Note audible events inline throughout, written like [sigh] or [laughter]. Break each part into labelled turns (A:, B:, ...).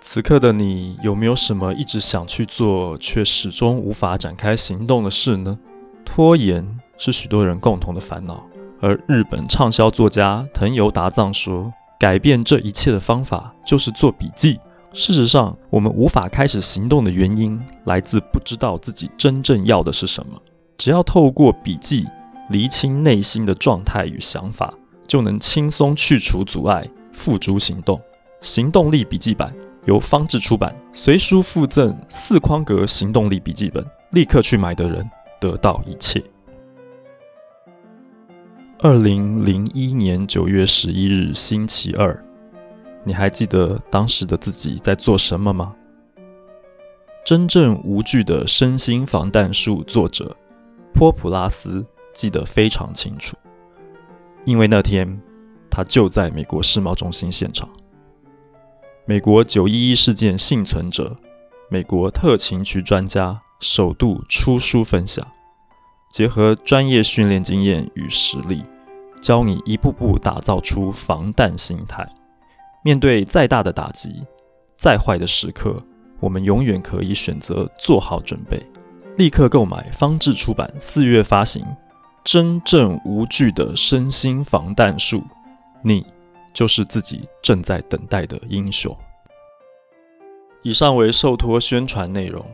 A: 此刻的你有没有什么一直想去做却始终无法展开行动的事呢？拖延是许多人共同的烦恼，而日本畅销作家藤游达藏说，改变这一切的方法就是做笔记。事实上，我们无法开始行动的原因来自不知道自己真正要的是什么。只要透过笔记厘清内心的状态与想法，就能轻松去除阻碍，付诸行动。行动力笔记版由方志出版，随书附赠四框格行动力笔记本，立刻去买的人得到一切。二零零一年九月十一日星期二，你还记得当时的自己在做什么吗？真正无惧的身心防弹术，作者波普拉斯记得非常清楚，因为那天他就在美国世贸中心现场。美国九一一事件幸存者、美国特勤局专家首度出书分享，结合专业训练经验与实力，教你一步步打造出防弹心态。面对再大的打击、再坏的时刻，我们永远可以选择做好准备。立刻购买方志出版四月发行《真正无惧的身心防弹术》，你。就是自己正在等待的英雄。以上为受托宣传内容。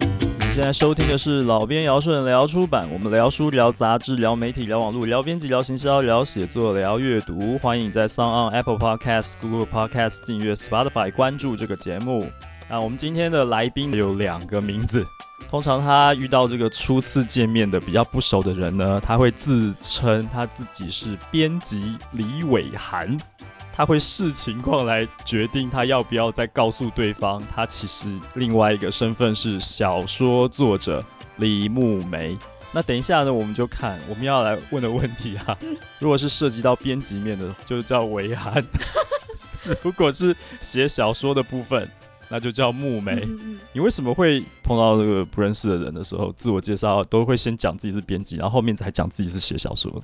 A: 你现在收听的是老编姚顺聊出版，我们聊书、聊杂志、聊媒体、聊网络、聊编辑、聊行销、聊写作、聊阅读。欢迎你在 s o n Apple Podcast、Google Podcast 订阅 Spotify 关注这个节目。那我们今天的来宾有两个名字，通常他遇到这个初次见面的比较不熟的人呢，他会自称他自己是编辑李伟涵，他会视情况来决定他要不要再告诉对方，他其实另外一个身份是小说作者李木梅。那等一下呢，我们就看我们要来问的问题啊，如果是涉及到编辑面的，就叫维涵；如果是写小说的部分，那就叫木梅。
B: 嗯嗯
A: 你为什么会碰到这个不认识的人的时候，自我介绍都会先讲自己是编辑，然后后面才讲自己是写小说的？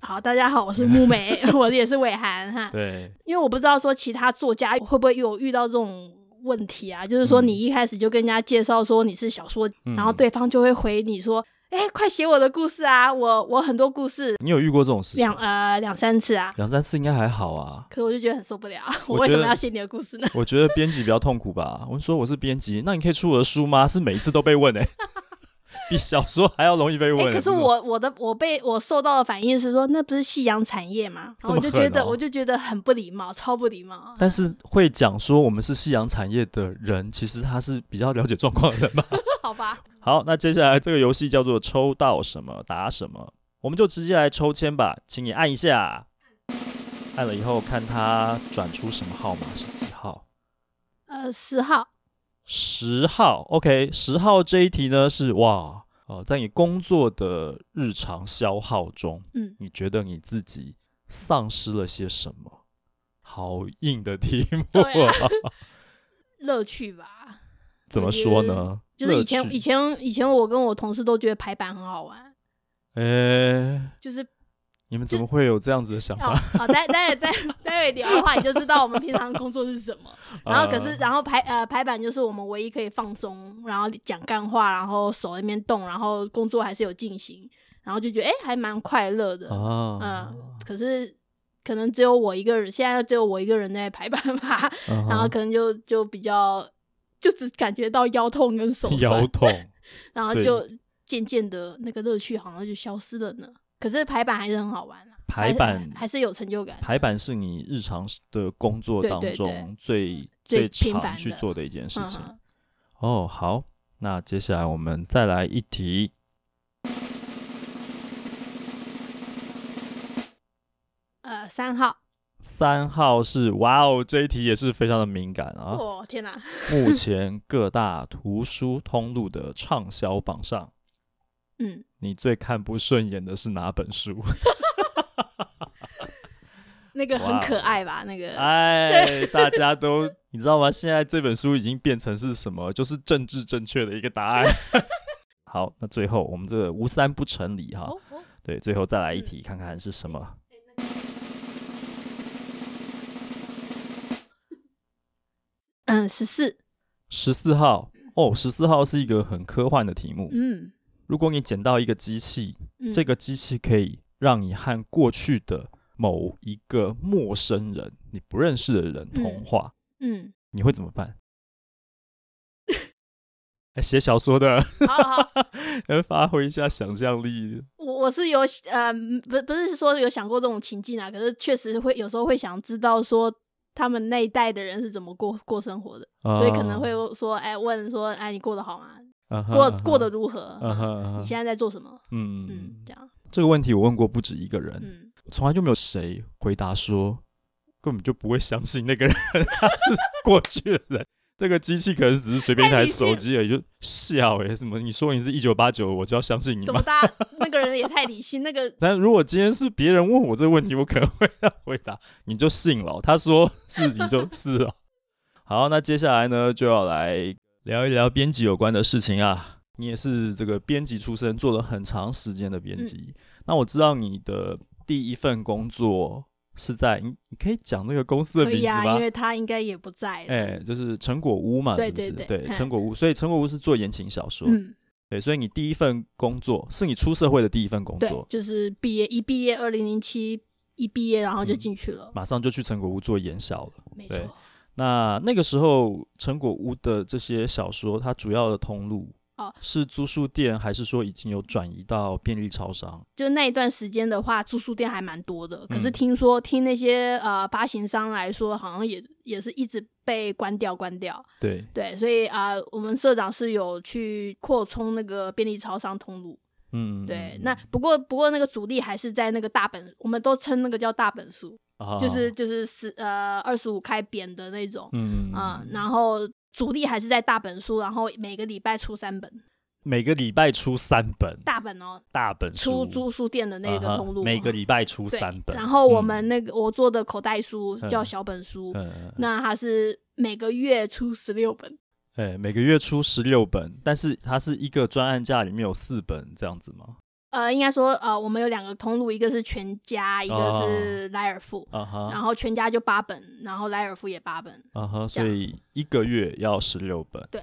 B: 好，大家好，我是
A: [laughs]
B: 木梅，我也是伟涵哈。
A: 对，
B: 因为我不知道说其他作家会不会有遇到这种问题啊，就是说
A: 嗯
B: 你一开始就跟人家介绍说你是小说，
A: 嗯
B: 然后对方就会回你说：“哎、快写我的故事啊，我我很多故事，
A: 嗯你有遇过这种事情
B: 两？呃两三次啊。
A: 两三次应该还好啊”。
B: 可是我就觉得很受不了，
A: 我
B: 我为
A: 觉
B: 什
A: 得
B: 么要写你的故事呢？
A: 我觉得编辑比较痛苦吧。我说我是编辑，那你可以出我的书吗？是每一次都被问哎、
B: [laughs]
A: 比小说还要容易被问
B: 哎、
A: 欸、
B: 可是
A: 不吗
B: 我我的我被我受到的反应是说，那不是夕阳产业吗？然后我就
A: 这么
B: 觉
A: 狠
B: 得、
A: 哦
B: 我就觉得很不礼貌，超不礼貌。
A: 但是会讲说我们是夕阳产业的人，其实他是比较了解状况的人吧。
B: 好吧，
A: [laughs] 好，那接下来这个游戏叫做抽到什么答什么，我们就直接来抽签吧，请你按一下，按了以后看它转出什么号码是几号。
B: 呃，十号，
A: 十号，OK，十号这一题呢是哇，呃，在你工作的日常消耗中，
B: 嗯
A: 你觉得你自己丧失了些什么？好硬的题目、 [laughs]
B: 对啊乐趣吧。
A: 怎么说呢？
B: 就是以
A: 乐
B: 前
A: 趣
B: 以，前以前我跟我同事都觉得排版很好玩，
A: 哎、
B: 就是
A: 你们怎么会有这样子的想
B: 哦
A: 法？
B: 哦，待待待待会聊的话，你就知道我们平常工作是什么。哦然后可是
A: 呃
B: 然后排呃排版就是我们唯一可以放松，然后讲干话，然后手在那边动，然后工作还是有进行，然后就觉得哎、还蛮快乐的。
A: 啊，
B: 嗯，可是可能只有我一个人，现在只有我一个人在排版吧，
A: 嗯
B: 然后
A: 哼
B: 可能就就比较就只感觉到腰痛跟 [laughs] 手
A: [laughs]
B: 酸
A: 腰。痛，
B: 然后
A: 所以
B: 就渐渐的那个乐趣好像就消失了呢。可是排版还是很好玩啊，
A: 排版
B: 还还是有成就感。
A: 排版是你日常的工作
B: 对
A: 当
B: 对对
A: 中最
B: 最频
A: 常
B: 繁
A: 去
B: 的
A: 做的一件事
B: 嗯
A: 情。
B: 哼
A: 哦，好，那接下来我们再来一题。
B: 呃，三号，
A: 三号是哇哦，这一题也是非常的敏感啊。
B: 哦天哪，
A: 目前各大图书通路的畅销榜上，
B: 嗯，
A: 你最看不顺眼的是哪本书？
B: 那个很
A: 哇哦
B: 可爱吧？那 [laughs] 个
A: 哎，大家都你知道吗？现在这本书已经变成是什么？就是政治正确的一个答案。
B: [laughs]
A: 好，那最后我们这个无三不成理哈，
B: 哦哦，
A: 对，最后再来一题，看看是什么。
B: 嗯，十四，
A: 十四号哦，十四号是一个很科幻的题目。
B: 嗯
A: 如果你捡到一个机器，
B: 嗯，
A: 这个机器可以让你和过去的某一个陌生人、你不认识的人
B: 嗯
A: 通话，
B: 嗯，
A: 你会怎么
B: [laughs]
A: 办？哎写小说的
B: 好好，
A: [laughs] 要发挥一下想象力。
B: [laughs] 我我是有呃，不不是说有想过这种情境啊，可是确实会有时候会想知道说他们那一代的人是怎么过过生活的，
A: 啊
B: 所以可
A: 哦
B: 能会说，哎，问说，哎，你过得好吗？
A: 啊
B: 过过得如何？
A: 嗯哼嗯哼
B: 你现在在做什么？
A: 嗯
B: 嗯，
A: 嗯
B: 这样，
A: 这个问题我问过不止一个人，
B: 嗯，
A: 从来就没有谁回答说，根本就不会相信那个人 [laughs] 他是过去的人。这个机器可能只是随便一
B: 哎
A: 台手机而已，就笑诶、什么？你说你是一九八九，我就要相信你
B: 怎么
A: 吗？
B: 大家
A: [laughs]
B: 那个人也太理性，那个
A: 但如果今天是别人问我这个问题，我可能会要回答，你就信了哦、他说是，你
B: [laughs]
A: 就是了。好，那接下来呢，就要来聊一聊编辑有关的事情啊。你也是这个编辑出身，做了很长时间的编
B: 嗯
A: 辑。那我知道你的第一份工作是在你，你可以讲那个公司的
B: 可
A: 名
B: 以
A: 字
B: 啊，
A: 吧
B: 因？为他应该也不在了，
A: 哎、就是成果屋嘛，
B: 对
A: 是不是？
B: 对对嗯
A: 成果屋。所以成果屋是做言情小说，
B: 嗯，
A: 对。所以你第一份工作是你出社会的第一份工
B: 对
A: 作，，
B: 就是毕业一毕业，二零零七一毕业，然后就
A: 嗯
B: 进去了，
A: 马上就去成果屋做言小了。
B: 没
A: 对
B: 错。
A: 那那个时候，成果屋的这些小说，它主要的通路
B: 哦
A: 是租书店，还是说已经有转移到便利超商？
B: 就那一段时间的话，住宿店还蛮多的。可是
A: 嗯
B: 听说，听那些呃发行商来说，好像也也是一直被关掉，关掉。
A: 对，
B: 对，所以啊、呃我们社长是有去扩充那个便利超商通路。
A: 嗯，
B: 对，
A: 嗯
B: 那不过不过那个主力还是在那个大本，我们都称那个叫大本书，
A: 啊
B: 就是就是十呃二十五开扁的那种。
A: 嗯
B: 啊、然后主力还是在大本书，然后每个礼拜出三本
A: 每个礼拜出三本
B: 大本哦，
A: 大本
B: 出
A: 书
B: 租书店的那
A: 啊
B: 个
A: 哈
B: 通路嘛，
A: 每个礼拜出
B: 对
A: 三本。
B: 然后我
A: 嗯
B: 们那个、我做的口袋书
A: 嗯
B: 叫小本书，
A: 嗯，嗯嗯
B: 那它是每个月出十六本，
A: 哎，每个月出十六本，但是它是一个专案价里面有四本这样子吗？
B: 呃，应该说呃，我们有两个通路，一个是全家，一个
A: 哦
B: 是莱尔富。
A: 啊
B: 然
A: 哈，
B: 后全家就八本，然后莱尔富也八本，
A: 啊哈，
B: 这
A: 所
B: 样
A: 以一个月要十六本。
B: 对，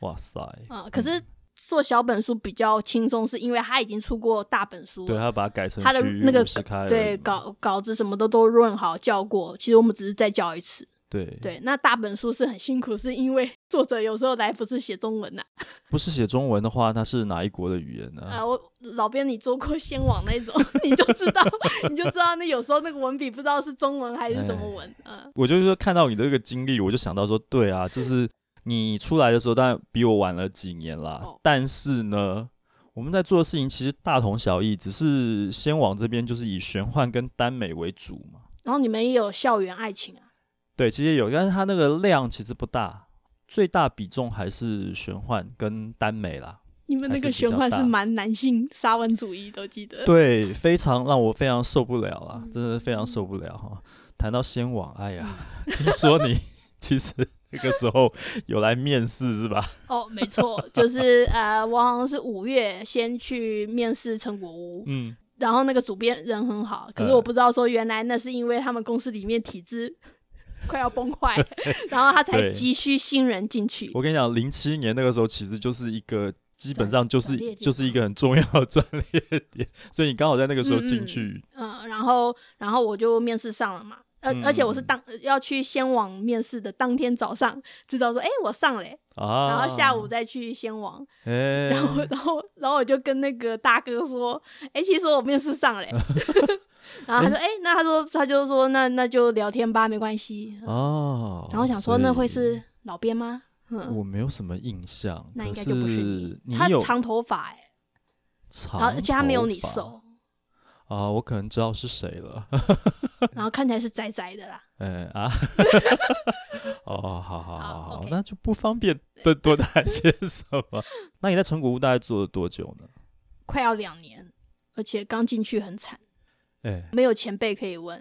A: 哇塞，嗯
B: 啊、可是做小本书比较轻松，是因为他已经出过大本书了，
A: 对，他把它改成
B: 他的
A: 去
B: 那个
A: 五十开而
B: 对
A: 已嘛
B: 稿稿子什么的都润好校过，其实我们只是再校一次。
A: 对，
B: 对，那大本书是很辛苦，是因为 [laughs] 作者有时候来不是写中文呐、
A: 不是写中文的话，它是哪一国的语言呢？
B: 啊。我老编你做过先网那种， [laughs] 你就知道，你就知道那有时候那个文笔不知道是中文还是什
A: 哎
B: 么文，嗯、
A: 我就是说看到你的这个经历，我就想到说，对啊，就是你出来的时候，当然比我晚了几年啦，
B: 哦
A: 但是呢。我们在做的事情其实大同小异，只是先往这边就是以玄幻跟耽美为主嘛。
B: 然后你们也有校园爱情啊，
A: 对，其实也有，但是它那个量其实不大，最大比重还是玄幻跟耽美啦。
B: 你们那
A: 还
B: 个
A: 是比较
B: 玄幻
A: 大
B: 是蛮男性沙文主义，都记 [laughs] 得。
A: 对，非常让我非常受不了啊，
B: 嗯
A: 真的非常受不了哈、谈到仙网，哎呀，[laughs]
B: 嗯
A: 听说你其实那个时候有来面试是吧？
B: 哦，没错，就是 [laughs] 呃，我好像是五月先去面试陈果屋，
A: 嗯，
B: 然后那个主编人很好，可是
A: 呃
B: 我不知道说原来那是因为他们公司里面体制 [laughs] 快要崩坏， [laughs] 然后他才
A: 对
B: 急需新人进去。
A: 我跟你讲，零七年那个时候其实就是一个。基本上就
B: 转捩
A: 是
B: 点
A: 就是一个很重要的转捩点， [laughs] 所以你刚好在那个时候进去，
B: 嗯，然后然后我就面试上了嘛。而
A: 嗯
B: 而且我是当、要去先网面试的当天早上知道说，哎、我上了欸、
A: 啊，
B: 然后下午，再去先网，
A: 哎、
B: 然后然后然后我就跟那个大哥说，哎、其实我面试
A: [laughs]
B: 上了欸、然后他说，哎、那他说他就说那那就聊天吧，没关系。
A: 哦，
B: 然后想说
A: 所以
B: 那会是老编吗？嗯，
A: 我没有什么印象，
B: 那
A: 可
B: 应该就不是
A: 你
B: 你，，他
A: 有
B: 长头发哎、
A: 长
B: 然后而且他没有你
A: 头发
B: 瘦，
A: 啊，我可能知道是谁了。
B: 然后看起来是窄窄的啦。
A: 哎 [laughs] 啊，哦，好好好好，
B: OK
A: 那就不方便多多谈些什么。 [laughs] 那你在成果屋大概做了多久呢？
B: 快要两年，而且刚进去很惨，
A: 哎，
B: 没有前辈可以问。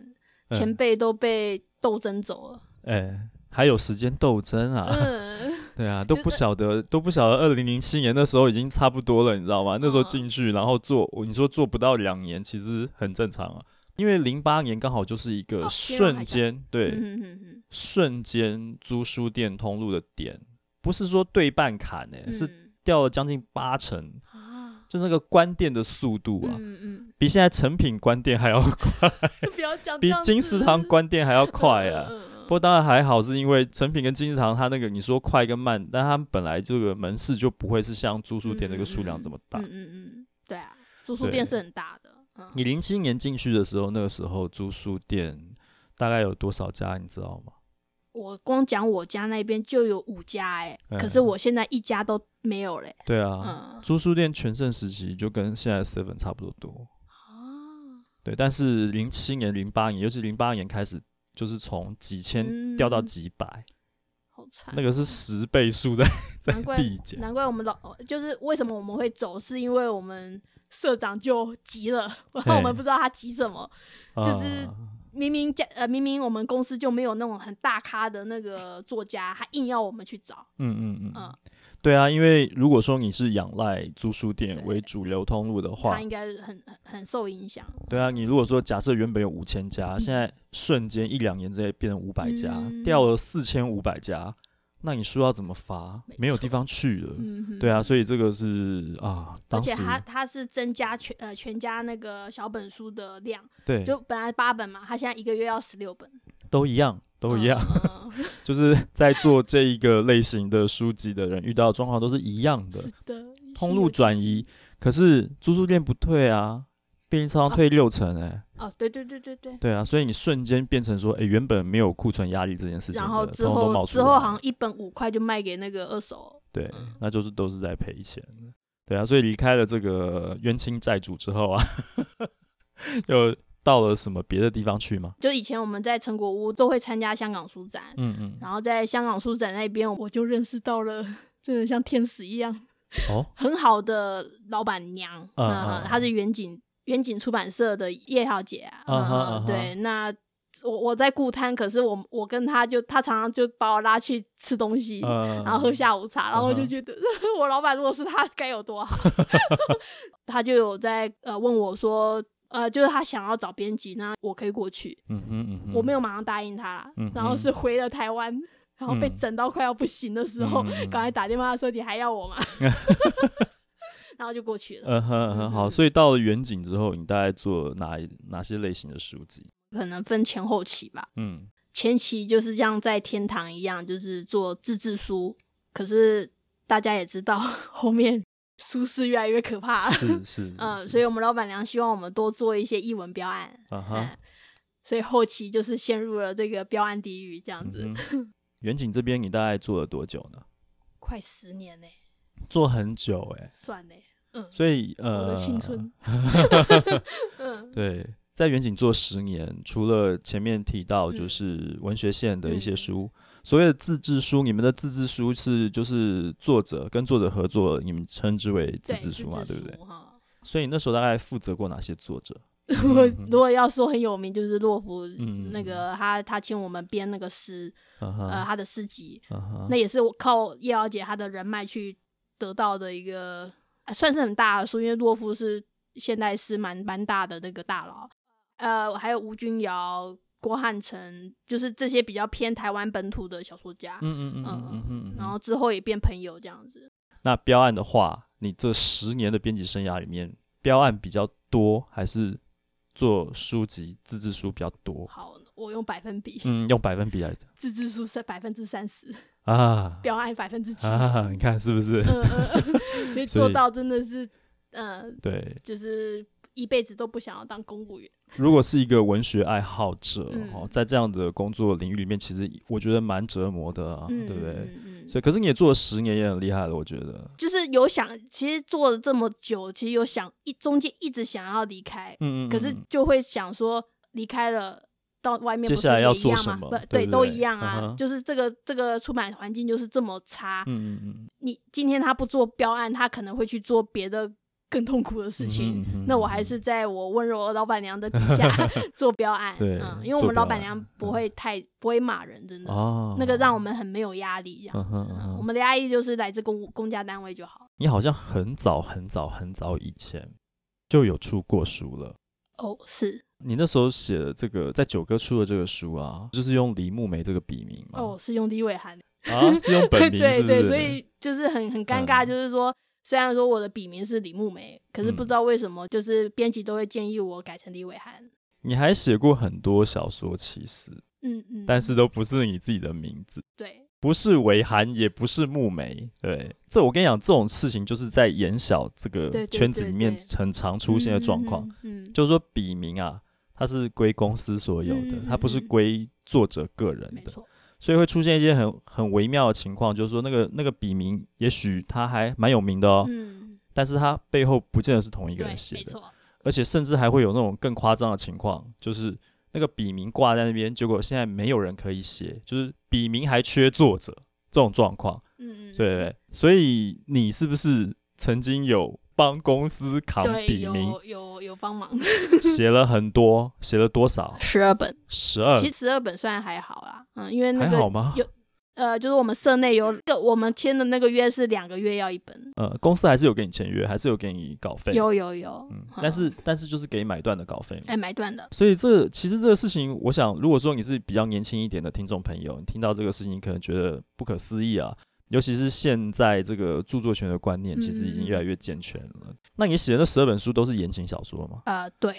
A: 嗯
B: 前辈都被斗争走了。
A: 哎，还有时间斗争啊？
B: 嗯，
A: [laughs] 对啊，都
B: 就
A: 不
B: 是
A: 晓得，都不晓得，二零零七年那时候已经差不多了，你知道吗？那时候
B: 嗯
A: 进去，然后做，你说做不到两年，其实很正常啊。因为零八年刚好就是一个
B: 哦金融
A: 瞬
B: 海啸
A: 间，对，
B: 嗯哼哼哼
A: 瞬间租书店通路的点，不是说对半砍诶、
B: 嗯
A: 是掉了将近八成，
B: 啊，
A: 就是那个关店的速度啊，
B: 嗯 [laughs]
A: 比现在成品关店还要，
B: 嗯，不要讲这
A: 比
B: 样
A: 金
B: 子
A: 石堂关店还要快啊。
B: [laughs] 嗯嗯嗯
A: 不过当然还好，是因为成品跟金石堂它那个你说快跟慢，但它本来这个门市就不会是像租书店那个数量这么大
B: 嗯。嗯嗯，对啊，住宿
A: 对
B: 店是很大的。嗯，
A: 你零七年进去的时候，那个时候租书店大概有多少家，你知道吗？
B: 我光讲我家那边就有五家哎、
A: 嗯
B: 可是我现在一家都没有嘞、
A: 对啊，
B: 嗯
A: 租书店全盛时期就跟现在 Seven 差不多多。
B: 啊，
A: 对，但是零七年、零八年，尤其零八年开始，就是从几千
B: 嗯
A: 掉到几百，
B: 好惨。
A: 那个是十倍数在在
B: [laughs] 难怪
A: 递减。
B: 难怪我们老就是为什么我们会走，是因为我们社长就急了，然后我们不知道他急什么。就是
A: 啊
B: 明明家呃明明我们公司就没有那种很大咖的那个作家，他硬要我们去找。
A: 嗯嗯嗯
B: 嗯，
A: 对啊，因为如果说你是仰赖租书店
B: 对
A: 为主流通路的话
B: 他，应该很很很受影响，
A: 对啊，你如果说假设原本有五千家，现在瞬间一两年之内变成五百家，
B: 嗯
A: 掉了四千五百家，那你书要怎么发？
B: 没
A: 没有
B: 错
A: 地方去了。
B: 嗯哼，
A: 对啊，所以这个是啊，
B: 而
A: 当
B: 且
A: 时
B: 他他是增加全呃全家那个小本书的量，
A: 对
B: 就本来八本嘛，他现在一个月要十六本，
A: 都一样，都一样， [laughs]
B: 嗯，嗯嗯
A: 就是在做这一个类型的书籍的人遇到的状况都是一样的。
B: 是的，
A: 通路转移，可是租书店不退啊，便利超商退六成哎、
B: 哦，对对对对对，
A: 对啊，所以你瞬间变成说，哎、原本没有库存压力这件事情的，
B: 然后之
A: 通通都
B: 后
A: 冒出
B: 之后
A: 来
B: 好像一本五块就卖给那个二手，
A: 对
B: 嗯，
A: 那就是都是在赔钱的对啊，所以离开了这个冤亲债主之后啊， [laughs] 又到了什么别的地方去吗？
B: 就以前我们在成果屋都会参加香港书展，
A: 嗯嗯，
B: 然后在香港书展那边我就认识到了，真的像天使一样
A: 哦，
B: 很好的老板娘，
A: 嗯嗯
B: 她是远景远景出版社的叶小姐啊，
A: 嗯哼嗯哼
B: 对，那。我我在顾摊，可是我我跟她就她常常就把我拉去吃东西，
A: 呃，
B: 然后喝下午茶，然后我就
A: 嗯哼
B: 觉得、 [laughs] 我老板如果是他该有多好。 [laughs] 他就有在呃问我说，呃，就是他想要找编辑，那我可以过去。
A: 嗯哼嗯哼，
B: 我没有马上答应他啦，
A: 嗯
B: 然后
A: 哼
B: 是回了台湾，然后被
A: 嗯
B: 整到快要不行的时候，
A: 嗯嗯嗯
B: 赶快打电话说你还要我吗？ [laughs] 然后就过去了。
A: 嗯哼嗯哼，好，所以到了远景之后，你大概做哪一哪些类型的书籍？
B: 可能分前后期吧，
A: 嗯
B: 前期就是像在天堂一样，就是做自制书，可是大家也知道后面书是越来越可怕了。
A: 是
B: [laughs]
A: 是，
B: 嗯，所
A: 以
B: 以我们老板娘希望我们多做一些译文标案，
A: 啊哈
B: 嗯，所以后期就是陷入了这个标案地狱这样子，
A: 嗯哼，
B: [laughs]
A: 远景这边你大概做了多久呢？
B: 快十年呢、
A: 做很久哎、
B: 算呢、嗯，
A: 所以
B: 我
A: 呃，
B: 的青
A: [laughs]
B: 春，嗯，
A: 对，在远景做十年，除了前面提到就
B: 嗯
A: 是文学线的一些
B: 嗯
A: 书，所谓的自制书，你们的自制书是就是作者跟作者合作，你们称之为自
B: 对，
A: 制书嘛，对不对？
B: 哈，
A: 所以你那时候大概负责过哪些作者？
B: 我如果要说很有名，就是洛夫
A: 嗯
B: 那个他他请我们编那个诗，
A: 嗯哼，
B: 呃，他的诗集，
A: 嗯哼
B: 那也是我靠叶小姐她的人脉去得到的一个，啊算是很大的书，因为洛夫是现代诗蛮蛮大的那个大佬，呃，还有吴君瑶、郭汉成，就是这些比较偏台湾本土的小说家，
A: 嗯嗯嗯嗯
B: 嗯
A: 嗯哼嗯
B: 然
A: 哼。
B: 后之后也变朋友这样子。
A: 那标案的话，你这十年的编辑生涯里面，标案比较多，还是做书籍自制书比较多？
B: 好，我用百分比，
A: 嗯，用百分比来讲
B: 自治书是百分之三十，
A: 啊
B: 标案百分之七
A: 啊，
B: 十，
A: 你看是不是？
B: 嗯嗯 [laughs] 嗯所以
A: 所
B: 做
A: 以
B: 到真的是，嗯，
A: 对，
B: 就是一辈子都不想要当公务员。
A: 如果是一个文学爱好者、
B: 嗯
A: 哦，在这样的工作领域里面，其实我觉得蛮折磨的、啊，
B: 嗯，
A: 对不对？
B: 嗯？嗯嗯
A: 所以，可是你也做了十年，也很厉害了，我觉得。
B: 就是有想，其实做了这么久，其实有想一中间一直想要离开，
A: 嗯嗯。
B: 可是
A: 嗯
B: 就会想说离开了到外面
A: 接
B: 不是
A: 下来
B: 也
A: 要
B: 一
A: 做
B: 样
A: 什
B: 吗？
A: 么
B: 不
A: 对
B: 对，
A: 不
B: 都
A: 对
B: 一样啊，
A: 嗯哼
B: 就是这个这个出版环境就是这么差，
A: 嗯嗯嗯
B: 你今天他不做标案，他可能会去做别的更痛苦的事情，
A: 嗯哼
B: 那我还是在我温柔的老板娘的底
A: [laughs]
B: 下做标案。
A: 对
B: 嗯，因为我们老板娘
A: 做标案嗯
B: 不会太、不会骂人，真的，
A: 哦，
B: 那个让我们很没有压力。这样，
A: 嗯哼嗯
B: 嗯
A: 哼
B: 我们的压力就是来自公公家单位就好。
A: 你好像很早很早很早以前就有出过书了。
B: 哦，是，
A: 你那时候写的这个，在九哥出的这个书啊，就是用李木梅这个笔名嘛？
B: 哦，是用李伟涵。
A: 啊，是用
B: [laughs]
A: 本名
B: 对
A: 是不是
B: 对，所以就是很很尴尬，
A: 嗯
B: 就是说。虽然说我的笔名是李木梅，可是
A: 嗯
B: 不知道为什么，就是编辑都会建议我改成李伟涵。
A: 你还写过很多小说，其实，
B: 嗯嗯，
A: 但是都不是你自己的名字，
B: 对，
A: 不是维涵，也不是木梅。对，这我跟你讲，这种事情就是在演小这个
B: 对对
A: 圈子里面
B: 对对
A: 很常出现的状况，
B: 嗯，嗯，
A: 就是说笔名啊，它是归公司所有的
B: 嗯嗯，
A: 它不是
B: 嗯
A: 归作者个人
B: 嗯没
A: 的。
B: 错，
A: 所以会出现一些很很微妙的情况，就是说那个那个笔名，也许他还蛮有名的哦，
B: 嗯，
A: 但是他背后不见得是同一个
B: 对，
A: 人写
B: 没
A: 的，
B: 错，
A: 而且甚至还会有那种更夸张的情况，就是那个笔名挂在那边，结果现在没有人可以写，就是笔名还缺作者这种状况，
B: 嗯嗯，
A: 对不对？所以你是不是曾经有帮公司扛
B: 对，
A: 笔名，
B: 有 [laughs] 有有帮忙，
A: [laughs] 写了很多，写了多少？
B: 十二本，
A: 十二，
B: 其实十二本算还好啦，嗯，因为那
A: 嗯还好
B: 个
A: 吗？
B: 有呃，就是我们社内有个我们签的那个约是两个月要一本，
A: 呃，公司还是有给你签约，还是有给你稿费，
B: 有有有
A: 嗯，，
B: 嗯
A: 但是但是就是给买断的稿费嘛。
B: 哎买断的，
A: 所以这其实这个事情，我想如果说你是比较年轻一点的听众朋友，你听到这个事情，你可能觉得不可思议啊。尤其是现在这个著作权的观念，其实已经
B: 嗯
A: 越来越健全了。那你写的那十二本书都是言情小说吗？
B: 呃，对，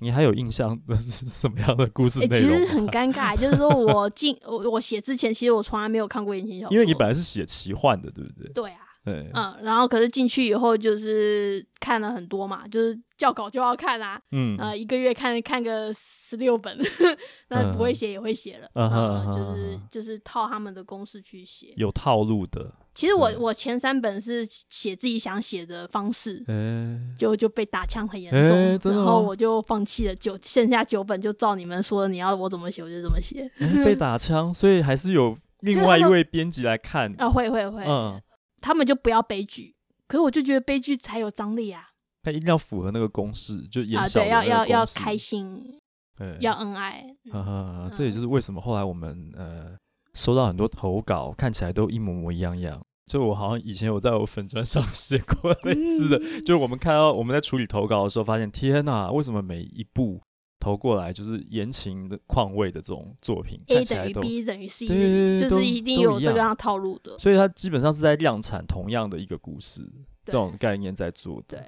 A: 你还有印象的是 [laughs] 什么样的故事
B: 哎，
A: 内
B: 其实
A: 容
B: 很
A: 吗？ [laughs]
B: 尴尬，就是说我进我我写之前，其实我从来没有看过言情小说，
A: 因为你本来是写奇幻的，对不对？
B: 对啊。
A: 对，
B: 嗯，然后可是进去以后就是看了很多嘛，就是校稿就要看啦、
A: 嗯
B: 呃，一个月看看个十六本， [laughs] 那不会写也会写了，
A: 嗯哼
B: 嗯
A: 嗯哼
B: 就是
A: 嗯哼
B: 就是套他们的公式去写。
A: 有套路的。
B: 其实我
A: 对
B: 我前三本是写自己想写的方式，
A: 哎、
B: 就就被打枪很严
A: 哎
B: 重，
A: 真的
B: 然后
A: 吗
B: 我就放弃了九，剩下九本就照你们说的，你要我怎么写我就怎么写。
A: 哎被打枪，所以还是有另外一位编辑来看。
B: 啊，会会会，
A: 嗯，
B: 他们就不要悲剧，可是我就觉得悲剧才有张力啊，
A: 他一定要符合那个公式，就演
B: 啊，
A: 小
B: 对，
A: 的
B: 要
A: 那个
B: 要要
A: 公式
B: 开心，
A: 对
B: 要恩爱，
A: 啊 [laughs] 啊
B: 嗯
A: 啊这也就是为什么后来我们呃收到很多投稿，看起来都一模模一样样。就我好像以前有在我粉砖上 [laughs] 写过类似的，
B: 嗯
A: 就是我们看到我们在处理投稿的时候，发现天呐，为什么每一部投过来就是言情的况味的这种作品，看
B: A
A: 起来
B: 等于
A: 都，
B: B 等于 C，
A: 对对对
B: 就
A: 都
B: 是一定
A: 都
B: 有
A: 一
B: 这个
A: 样
B: 样套路的。
A: 所以它基本上是在量产同样的一个故事这
B: 对
A: 种概念在做的。
B: 对，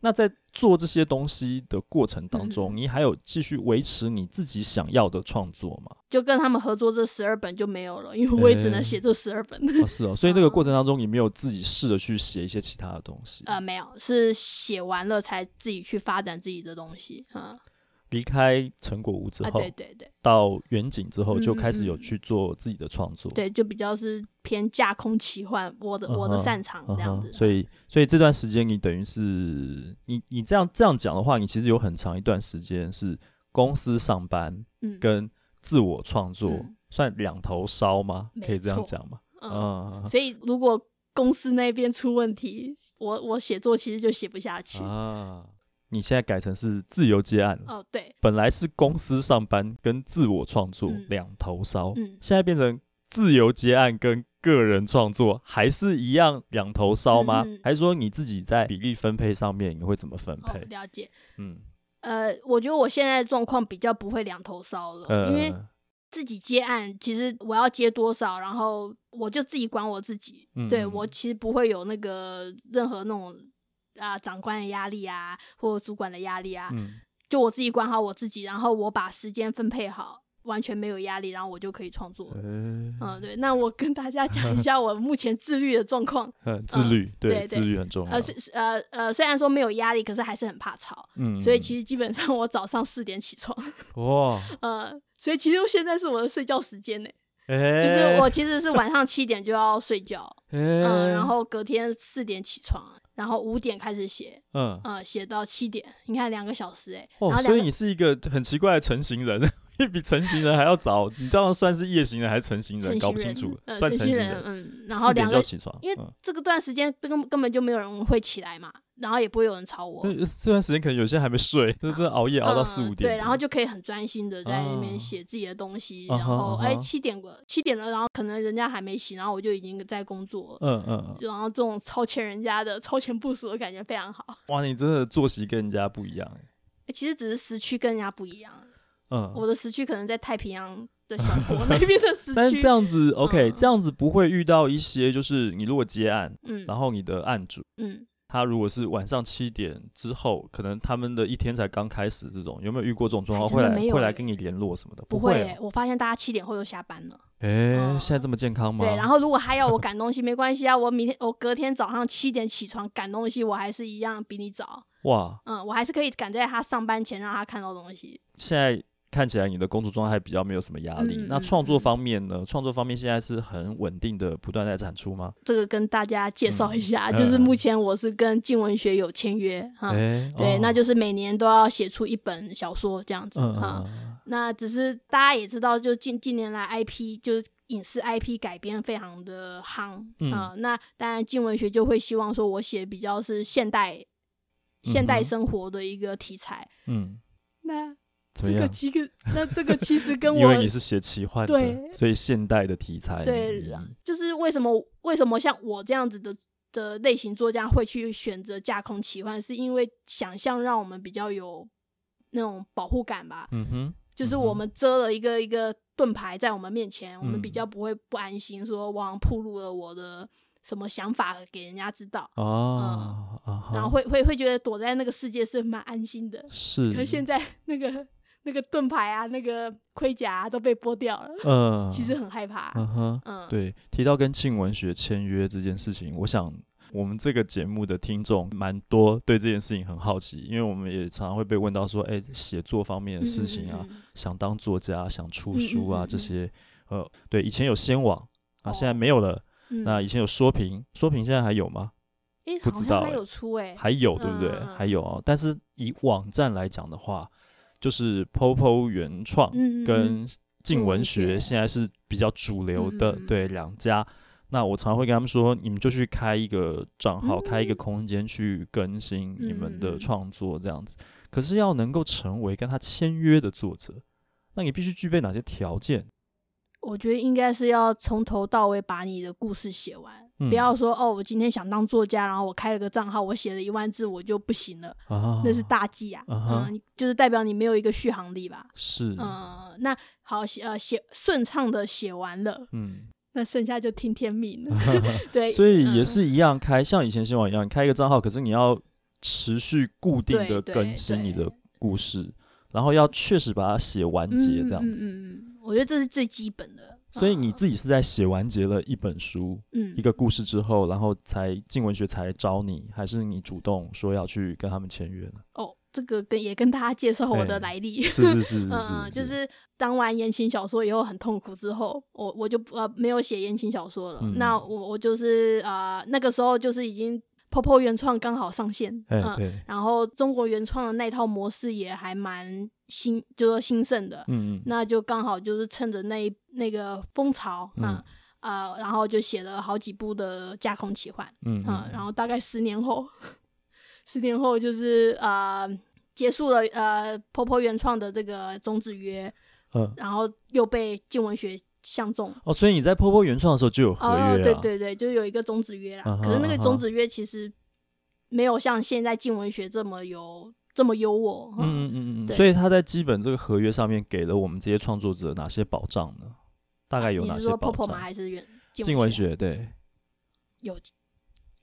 A: 那在做这些东西的过程当中，
B: 嗯
A: 你还有继续维持你自己想要的创作
B: [laughs]
A: 吗？
B: 就跟他们合作这十二本就没有了，因为我也只能写这十二本。
A: 哦，是哦，所以那个过程当中，你没有自己试着去写一些其他的东西，
B: 呃，没有，是写完了才自己去发展自己的东西。嗯，啊，
A: 离开成果屋之后，
B: 对对对
A: 到远景之后，
B: 嗯
A: 就开始有
B: 嗯嗯
A: 去做自己的创作，
B: 嗯对，就比较是偏架空奇幻，我的、我
A: 嗯
B: 的
A: 哼
B: 擅长
A: 嗯
B: 这样
A: 哼
B: 子。
A: 所以，所以这段时间你等于是你你这样这样讲的话，你其实有很长一段时间是公司上班
B: 嗯
A: 跟自我创作、
B: 嗯
A: 算两头烧吗？
B: 没
A: 可以这样
B: 错
A: 讲吗？
B: 嗯，
A: 嗯
B: 所以如果公司那边出问题，我我写作其实就写不下去。
A: 啊，你现在改成是自由接案了。
B: 哦，对，
A: 本来是公司上班跟自我创作
B: 嗯
A: 两头烧，
B: 嗯，
A: 现在变成自由接案跟个人创作，还是一样两头烧吗？
B: 嗯嗯
A: 还是说你自己在比例分配上面你会怎么分
B: 哦
A: 配？，
B: 了解。
A: 嗯，
B: 呃，我觉得我现在的状况比较不会两头烧了，因为
A: 呃，
B: 自己接案，其实我要接多少，然后我就自己管我自己。
A: 嗯
B: 对
A: 嗯
B: 我其实不会有那个任何那种啊、长官的压力啊，或者主管的压力啊，
A: 嗯，
B: 就我自己管好我自己，然后我把时间分配好，完全没有压力，然后我就可以创作了。
A: 呃
B: 嗯，对，那我跟大家
A: [laughs]
B: 讲一下我目前自律的状况。
A: 呃自律，
B: 嗯对对
A: 自律很重要。
B: 呃，虽呃呃，虽然说没有压力，可是还是很怕吵，
A: 嗯，
B: 所以
A: 实
B: 其实基本上我早上四点起床，
A: 哇，
B: 呃，所以其实现在是我的睡觉时间呢。
A: 哎，
B: 就是我其实是晚上七点就要睡觉，
A: 嗯
B: 嗯，然后隔天四点起床，然后五点开始写，
A: 嗯，
B: 呃，写到七点，你看两个小时哎、
A: 哦，
B: 然后两
A: 所
B: 个
A: 以你是一个很奇怪的成型人。 [laughs] 你比成型人还要早，你这样算是夜型人还是成型人？
B: 成型
A: 搞不清
B: 人
A: 楚，
B: 呃，
A: 算
B: 成
A: 型
B: 人，嗯，然后
A: 四点
B: 两
A: 就
B: 个，
A: 起床，
B: 因为
A: 嗯
B: 这个段时间根根本就没有人会起来嘛，然后也不会有人吵我。嗯
A: 那这段时间可能有些还没睡，就是真的熬夜熬到四五点、啊
B: 对，然后就可以很专心的在那边写自己的东西，然后
A: 啊哈啊哈
B: 哎七点过七点了，然后可能人家还没醒，然后我就已经在工作了，
A: 嗯嗯嗯，
B: 然后这种超前人家的超前部署的感觉非常好。
A: 哇，你真的作息跟人家不一样哎、
B: 哎其实只是时区跟人家不一样，
A: 嗯，
B: 我的时区可能在太平洋的
A: [laughs]
B: 小国那边的时
A: 但是
B: 区
A: 这，样子 OK，、
B: 嗯
A: 这样子不会遇到一些就是你如果接案，
B: 嗯
A: 然后你的案主。
B: 嗯，
A: 他如果是晚上七点之后，可能他们的一天才刚开始，这种有没有遇过这种状况？
B: 还
A: 会
B: 真的
A: 来
B: 没有
A: 会来
B: 欸
A: 跟你联络什么的？
B: 不
A: 会
B: 会、
A: 啊。
B: 我发现大家七点后就下班了。
A: 诶，
B: 嗯
A: 现在这么健康吗？
B: 对，然后如果还要我赶东西，没关系啊，我明天我隔天早上七点起床赶东西，我还是一样比你早。
A: 哇，
B: 嗯，我还是可以赶在他上班前让他看到东西。
A: 现在看起来你的工作状态比较没有什么压力。
B: 嗯嗯
A: 那
B: 嗯
A: 创作
B: 嗯
A: 方面呢？创作方面现在是很稳定的，不断在产出吗？
B: 这个跟大家介绍一下，
A: 嗯
B: 就是
A: 嗯
B: 目前我是跟静文学有签约哈。
A: 诶，
B: 嗯对，
A: 哦
B: 那就是每年都要写出一本小说这样子
A: 嗯嗯
B: 哈、
A: 嗯嗯
B: 那只是大家也知道，就近近年来 IP 就是影视 IP 改编非常的夯啊、
A: 嗯
B: 那当然，静文学就会希望说我写比较是现代、现
A: 嗯
B: 代
A: 哼
B: 生活的一个题材。
A: 嗯，
B: 那
A: 怎
B: 这
A: 么
B: 个
A: 样？
B: 其实，那这个
A: [laughs]
B: 其实跟
A: 因
B: 我
A: 为你是写奇幻的，
B: 对
A: 所以现代的题材
B: 对
A: 你
B: 就是为什么为什么像我这样子的的类型作家会去选择架空奇幻，是因为想象让我们比较有那种保护感吧。
A: 嗯哼，
B: 就是
A: 嗯
B: 我
A: 哼
B: 们遮了一个一个盾牌在我们面前，我们比
A: 嗯
B: 较不会不安心，说我好像暴露了我的什么想法给人家知道，
A: 哦，啊哈
B: 嗯然后会会会觉得躲在那个世界是蛮安心的。
A: 是，
B: 可是现在那个那个盾牌啊，那个盔甲、啊、都被剥掉了，
A: 嗯，
B: 其实很害怕。
A: 嗯哼。
B: 嗯，
A: 对，提到跟庆文学签约这件事情，我想我们这个节目的听众蛮多对这件事情很好奇，因为我们也常常会被问到说，哎，写作方面的
B: 嗯
A: 事情啊，，
B: 嗯嗯嗯
A: 想当作家，想出书啊、
B: 嗯嗯嗯
A: 这些，呃，对，以前有先网啊，现在
B: 哦
A: 没有了。
B: 嗯
A: 那以前有说评，说评现在还有吗？
B: 诶，
A: 不
B: 好
A: 知
B: 像
A: 道
B: 还
A: 欸
B: 有出哎、
A: 还有，对不对？
B: 嗯嗯嗯
A: 还有哦，但是以网站来讲的话，就是 Popo 原创
B: 嗯，嗯嗯
A: 跟静
B: 静
A: 文
B: 文
A: 学
B: 学
A: 现在是比较主流的，
B: 嗯嗯嗯
A: 对两家。那我常会跟他们说，你们就去开一个账号，开一个空间去更新你们
B: 嗯嗯嗯
A: 的
B: 嗯
A: 创作，这样子。可是要能够成为跟他签约的作者，那你必须具备哪些条件？
B: 我觉得应该是要从头到尾把你的故事写完，
A: 嗯
B: 不要说哦，我今天想当作家，然后我开了个账号，我写了一万字我就不行了，
A: 啊，
B: 那是大忌啊，
A: 啊哈
B: 嗯，你就是代表你没有一个续航力吧。
A: 是，
B: 嗯，那好写呃写顺畅的写完了，
A: 嗯，
B: 那剩下就听天命
A: [laughs]
B: 了。对，
A: 所以也
B: 嗯
A: 是一样开，像以前新网一样开一个账号，可是你要持续固定的
B: 对对
A: 更新你
B: 对
A: 的故事，然后要确实把它写完结这样
B: 嗯嗯
A: 子。
B: 嗯嗯，我觉得这是最基本的。
A: 所以你
B: 嗯
A: 自己是在写完结了一本书、
B: 嗯
A: 一个故事之后，然后才进文学才找你，还是你主动说要去跟他们签约呢？ [laughs]
B: 哦，这个跟也跟大家介绍我
A: 哎
B: 的来历。
A: 是是是是
B: 嗯，
A: 是，
B: 就是当完言情小说以后很痛苦之后，我我就呃没有写言情小说了。
A: 嗯
B: 那我我就是呃那个时候就是已经 Popo 原创刚好上线，
A: 哎、
B: 嗯，
A: 对，
B: 然后中国原创的那套模式也还蛮兴，就说兴盛的。
A: 嗯嗯，
B: 那就刚好就是趁着那一那个风潮啊
A: 嗯、
B: 呃，然后就写了好几部的架空奇幻，
A: 嗯
B: 嗯，然后大概十年后，十年后就是呃结束了呃婆婆原创的这个种子约，
A: 嗯
B: 然后又被静文学相中。
A: 哦，所以你在 Popo 原创的时候就有合约、啊
B: 哦，对对对，就有一个种子约啦。
A: 嗯哼
B: 可是那个
A: 嗯哼
B: 种子约其实没有像现在静文学这么有这么优渥。
A: 嗯嗯嗯嗯，
B: 对
A: 所以他在基本这个合约上面给了我们这些创作者哪些保障呢？大概有
B: 啊你
A: 哪
B: 是
A: 些
B: 说
A: 保
B: Popo 吗？
A: 障？
B: 还是原
A: 静文学对，
B: 有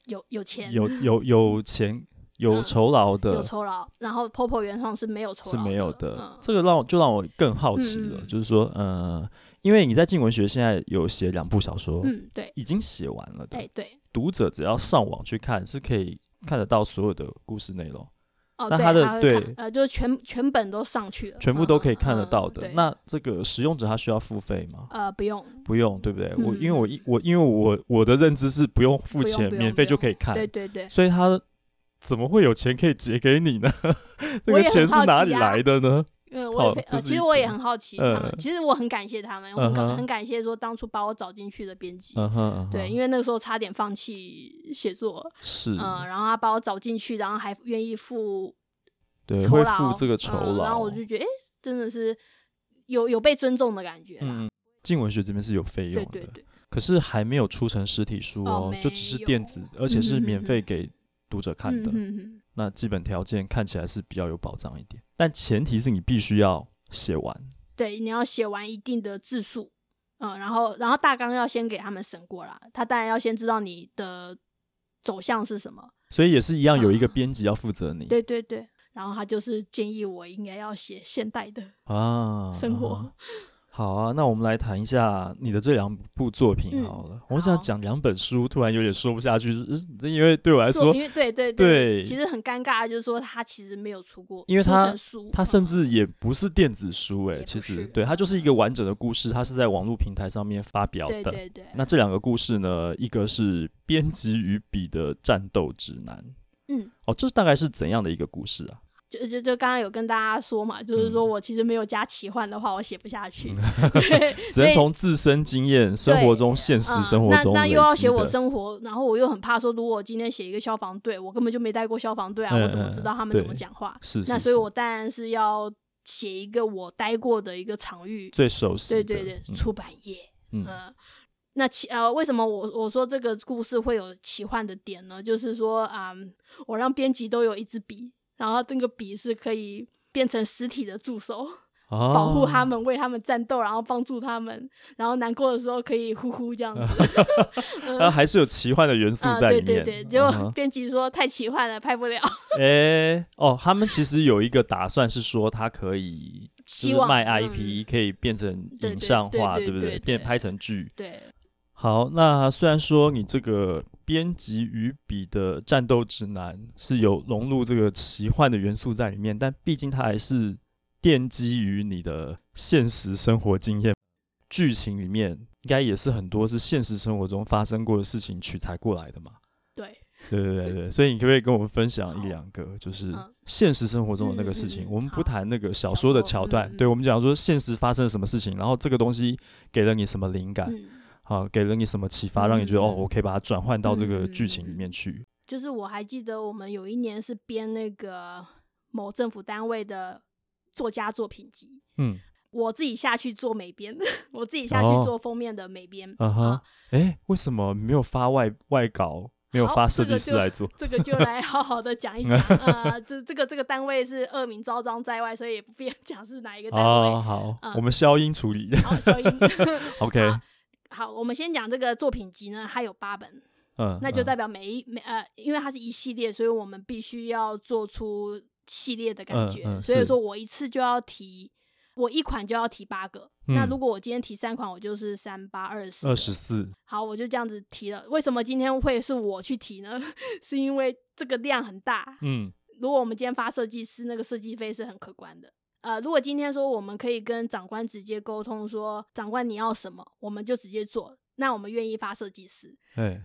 B: 有有钱
A: 有有有钱有
B: 嗯
A: 酬劳
B: 有
A: 的
B: 酬劳，然后 Popo 原创是没有酬劳
A: 是没有的，
B: 嗯
A: 这个让我就让我更好奇了，
B: 嗯嗯嗯
A: 就是说，呃，因为你在静文学现在有写两部小说，
B: 嗯，对，
A: 已经写完了的，
B: 哎对，
A: 读者只要上网去看是可以看得到所有的故事内容，
B: 哦，
A: 那
B: 对，
A: 他的
B: 会
A: 对
B: 看呃，就是全全本都上去了，
A: 全部都可以看得
B: 嗯嗯
A: 到
B: 嗯
A: 的。
B: 对
A: 那这个使用者他需要付费吗？
B: 呃不用，
A: 不用，对不对？我因为我
B: 嗯
A: 一我因为我我的认知是不用付
B: 不用
A: 钱，
B: 不用
A: 免
B: 不
A: 费就
B: 用
A: 可以看，
B: 对对对，
A: 所以他怎么会有钱可以结给你呢？这 [laughs]
B: 我
A: 个
B: 也很
A: 钱是
B: 好
A: 哪
B: 奇
A: 里
B: 啊 [laughs]
A: 来的呢？
B: 因为我也非
A: 好这
B: 呃，
A: 是
B: 其
A: 一
B: 实我也
A: 个
B: 很好奇他们
A: 嗯，
B: 其实我很感谢他们，我很
A: 嗯
B: 感
A: 哼
B: 很感谢说当初把我找进去的编辑，
A: 嗯哼，嗯哼
B: 对，因为那个时候差点放弃写作，
A: 是，
B: 嗯，然后他把我找进去，然后还愿意付
A: 对，
B: 酬
A: 会
B: 劳，
A: 付这个酬
B: 嗯
A: 劳。
B: 然后我就觉得，哎，真的是有有被尊重的感觉啦，
A: 嗯，静文学这边是有费用
B: 对
A: 的，
B: 对对，
A: 可是还没有出成实体书
B: 哦
A: 哦，
B: 没
A: 就只是
B: 有
A: 电子，而且是免费给读者看
B: 嗯
A: 的。
B: 嗯嗯，
A: 那基本条件看起来是比较有保障一点，但前提是你必须要写完。
B: 对，你要写完一定的字数，嗯，然后然后大纲要先给他们审过啦，他当然要先知道你的走向是什么，
A: 所以也是一样，有一个
B: 嗯
A: 编辑要负责你
B: 对对对。然后他就是建议我应该要写现代的
A: 啊，
B: 生活， [laughs]
A: 啊 [laughs] 好啊，那我们来谈一下你的这两部作品
B: 嗯
A: 好了。我想
B: 好
A: 讲两本书，突然有点说不下去，呃这因为对我来
B: 做
A: 说，
B: 因为对对
A: 对
B: 其实很尴尬，就是说他其实没有出过，
A: 因为
B: 出
A: 他
B: 成书
A: 它
B: 嗯
A: 甚至也不是电子书、诶，
B: 也不
A: 其实
B: 是
A: 对它就是一个完整的故事，它是在网络平台上面发表的。
B: 对对对，
A: 那这两个故事呢，一个是编辑与笔的战斗指南，
B: 嗯，
A: 哦，这大概是怎样的一个故事啊？
B: 就就就刚刚有跟大家说嘛，就是说
A: 嗯
B: 我其实没有加奇幻的话，我写不
A: [laughs]
B: 下去，
A: 只
B: 所
A: 能
B: 以
A: 从自身经验、生活中、现实生活中、
B: 嗯、那那
A: 累积
B: 又要写我
A: 的
B: 生活，然后我又很怕说，如果我今天写一个消防队，我根本就没带过消防队啊，
A: 嗯
B: 我怎么知道他们怎么
A: 对
B: 讲话？
A: 是是
B: 那所以
A: 是
B: 我当然是要写一个我待过的一个场域，
A: 最熟悉
B: 对
A: 的，
B: 对对，
A: 嗯
B: 出版业，
A: 嗯
B: 嗯，那奇呃，为什么我我说这个故事会有奇幻的点呢？就是说啊、嗯我让编辑都有一支笔，然后那个笔是可以变成实体的助手，呃保护他
A: 哦
B: 们，为他们战斗，然后帮助他们，然后难过的时候可以呼呼这样子。
A: 啊，还是有奇幻的元素
B: 啊、
A: 在
B: 对
A: 里面。
B: 对对，结
A: 嗯哼
B: 果编辑说太奇幻了，拍不了，
A: 诶，哦，他们其实有一个打算是说，它可以就
B: 希
A: 是
B: 望
A: 卖
B: 嗯
A: IP 可以变成
B: 对
A: 影
B: 对
A: 像
B: 对
A: 化，
B: 对
A: 不对？
B: 对
A: 变
B: 对
A: 拍成剧。
B: 对，
A: 好，那虽然说你这个编辑与笔的战斗指南是有融入这个奇幻的元素在里面，但毕竟它还是奠基于你的现实生活经验，剧情里面应该也是很多是现实生活中发生过的事情取材过来的嘛。
B: 对，
A: 对对对对，所以你可不可以跟我们分享一
B: 好
A: 两个，就是
B: 嗯
A: 现实生活中的那个事情？
B: 嗯嗯嗯
A: 我们不
B: 好
A: 谈那个小
B: 小
A: 说的
B: 说
A: 桥
B: 嗯
A: 段，
B: 嗯
A: 对我们讲说现实发生了什么事情，然后这个东西给了你什么灵感，
B: 嗯，
A: 好、给了你什么启发，让你觉得、哦
B: 嗯，嗯
A: 我可以把它转换到这个
B: 嗯
A: 剧
B: 嗯
A: 情里
B: 嗯
A: 面去。
B: 就是我还记得我们有一年是编那个某政府单位的作家作品集，
A: 嗯，
B: 我自己下去做美编， [laughs] 我自己下去
A: 哦
B: 做封面的美编，
A: 嗯哼
B: 啊，
A: 哎，为什么没有发外外稿，没有
B: 好
A: 发
B: 这
A: 设计
B: 个
A: 师
B: 就
A: 来做？
B: 这个就来好好的讲
A: [laughs]
B: 一讲，呃，就是这个这个单位是恶名昭彰在外，所以也不便 [laughs] 讲是哪一个单位。
A: 哦，好，
B: 嗯
A: 我们消音处
B: [laughs]
A: 理。
B: 好，所以
A: OK，
B: 好好，我们先讲这个作品集呢，它有八本，
A: 嗯，
B: 那就
A: 嗯
B: 代表每一每呃，因为它是一系列，所以我们必须要做出系列的感
A: 嗯
B: 觉。
A: 嗯
B: 所以
A: 是
B: 说我一次就要提，我一款就要提八个。那
A: 嗯
B: 如果我今天提三款，我就是三八二十。
A: 二十四，
B: 好，我就这样子提了。为什么今天会是我去提呢？ [laughs] 是因为这个量很大。
A: 嗯
B: 如果我们今天发设计师，那个设计费是很可观的。呃，如果今天说我们可以跟长官直接沟通说，长官你要什么，我们就直接做。那我们愿意发设计师，
A: 哎，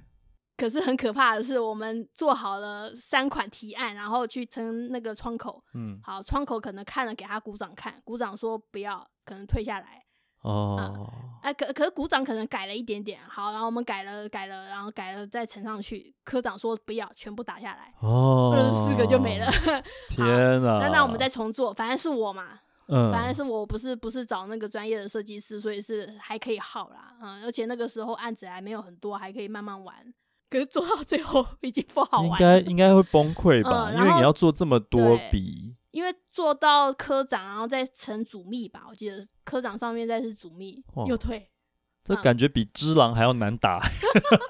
B: 可是很可怕的是，我们做好了三款提案，然后去称那个窗口。
A: 嗯，
B: 好，窗口可能看了给他鼓掌看，鼓掌说不要，可能退下来。
A: 哦，
B: 哎、可可是鼓掌可能改了一点点。好，然后我们改了改了，然后改了再呈上去。科长说不要，全部打下来，
A: 哦，
B: 二十四个
A: [laughs]
B: 就没了。
A: 天哪！
B: 那那我们再重做，反正是我嘛，
A: 嗯，
B: 反正是我不是不是找那个专业的设计师，所以是还可以耗啦，嗯，而且那个时候案子还没有很多，还可以慢慢玩。可是做到最后已经不好
A: 应
B: 玩
A: 该
B: 了，
A: 应该会崩溃吧，
B: 嗯
A: 因
B: 然
A: 为你
B: 后
A: 要做这么多
B: 对
A: 笔，
B: 因为做到科长，然后再成主秘吧，我记得科长上面再是主秘
A: 哇，
B: 又
A: [laughs]
B: 退，
A: 这
B: 嗯
A: 感觉比只狼还要难
B: [laughs]
A: 打，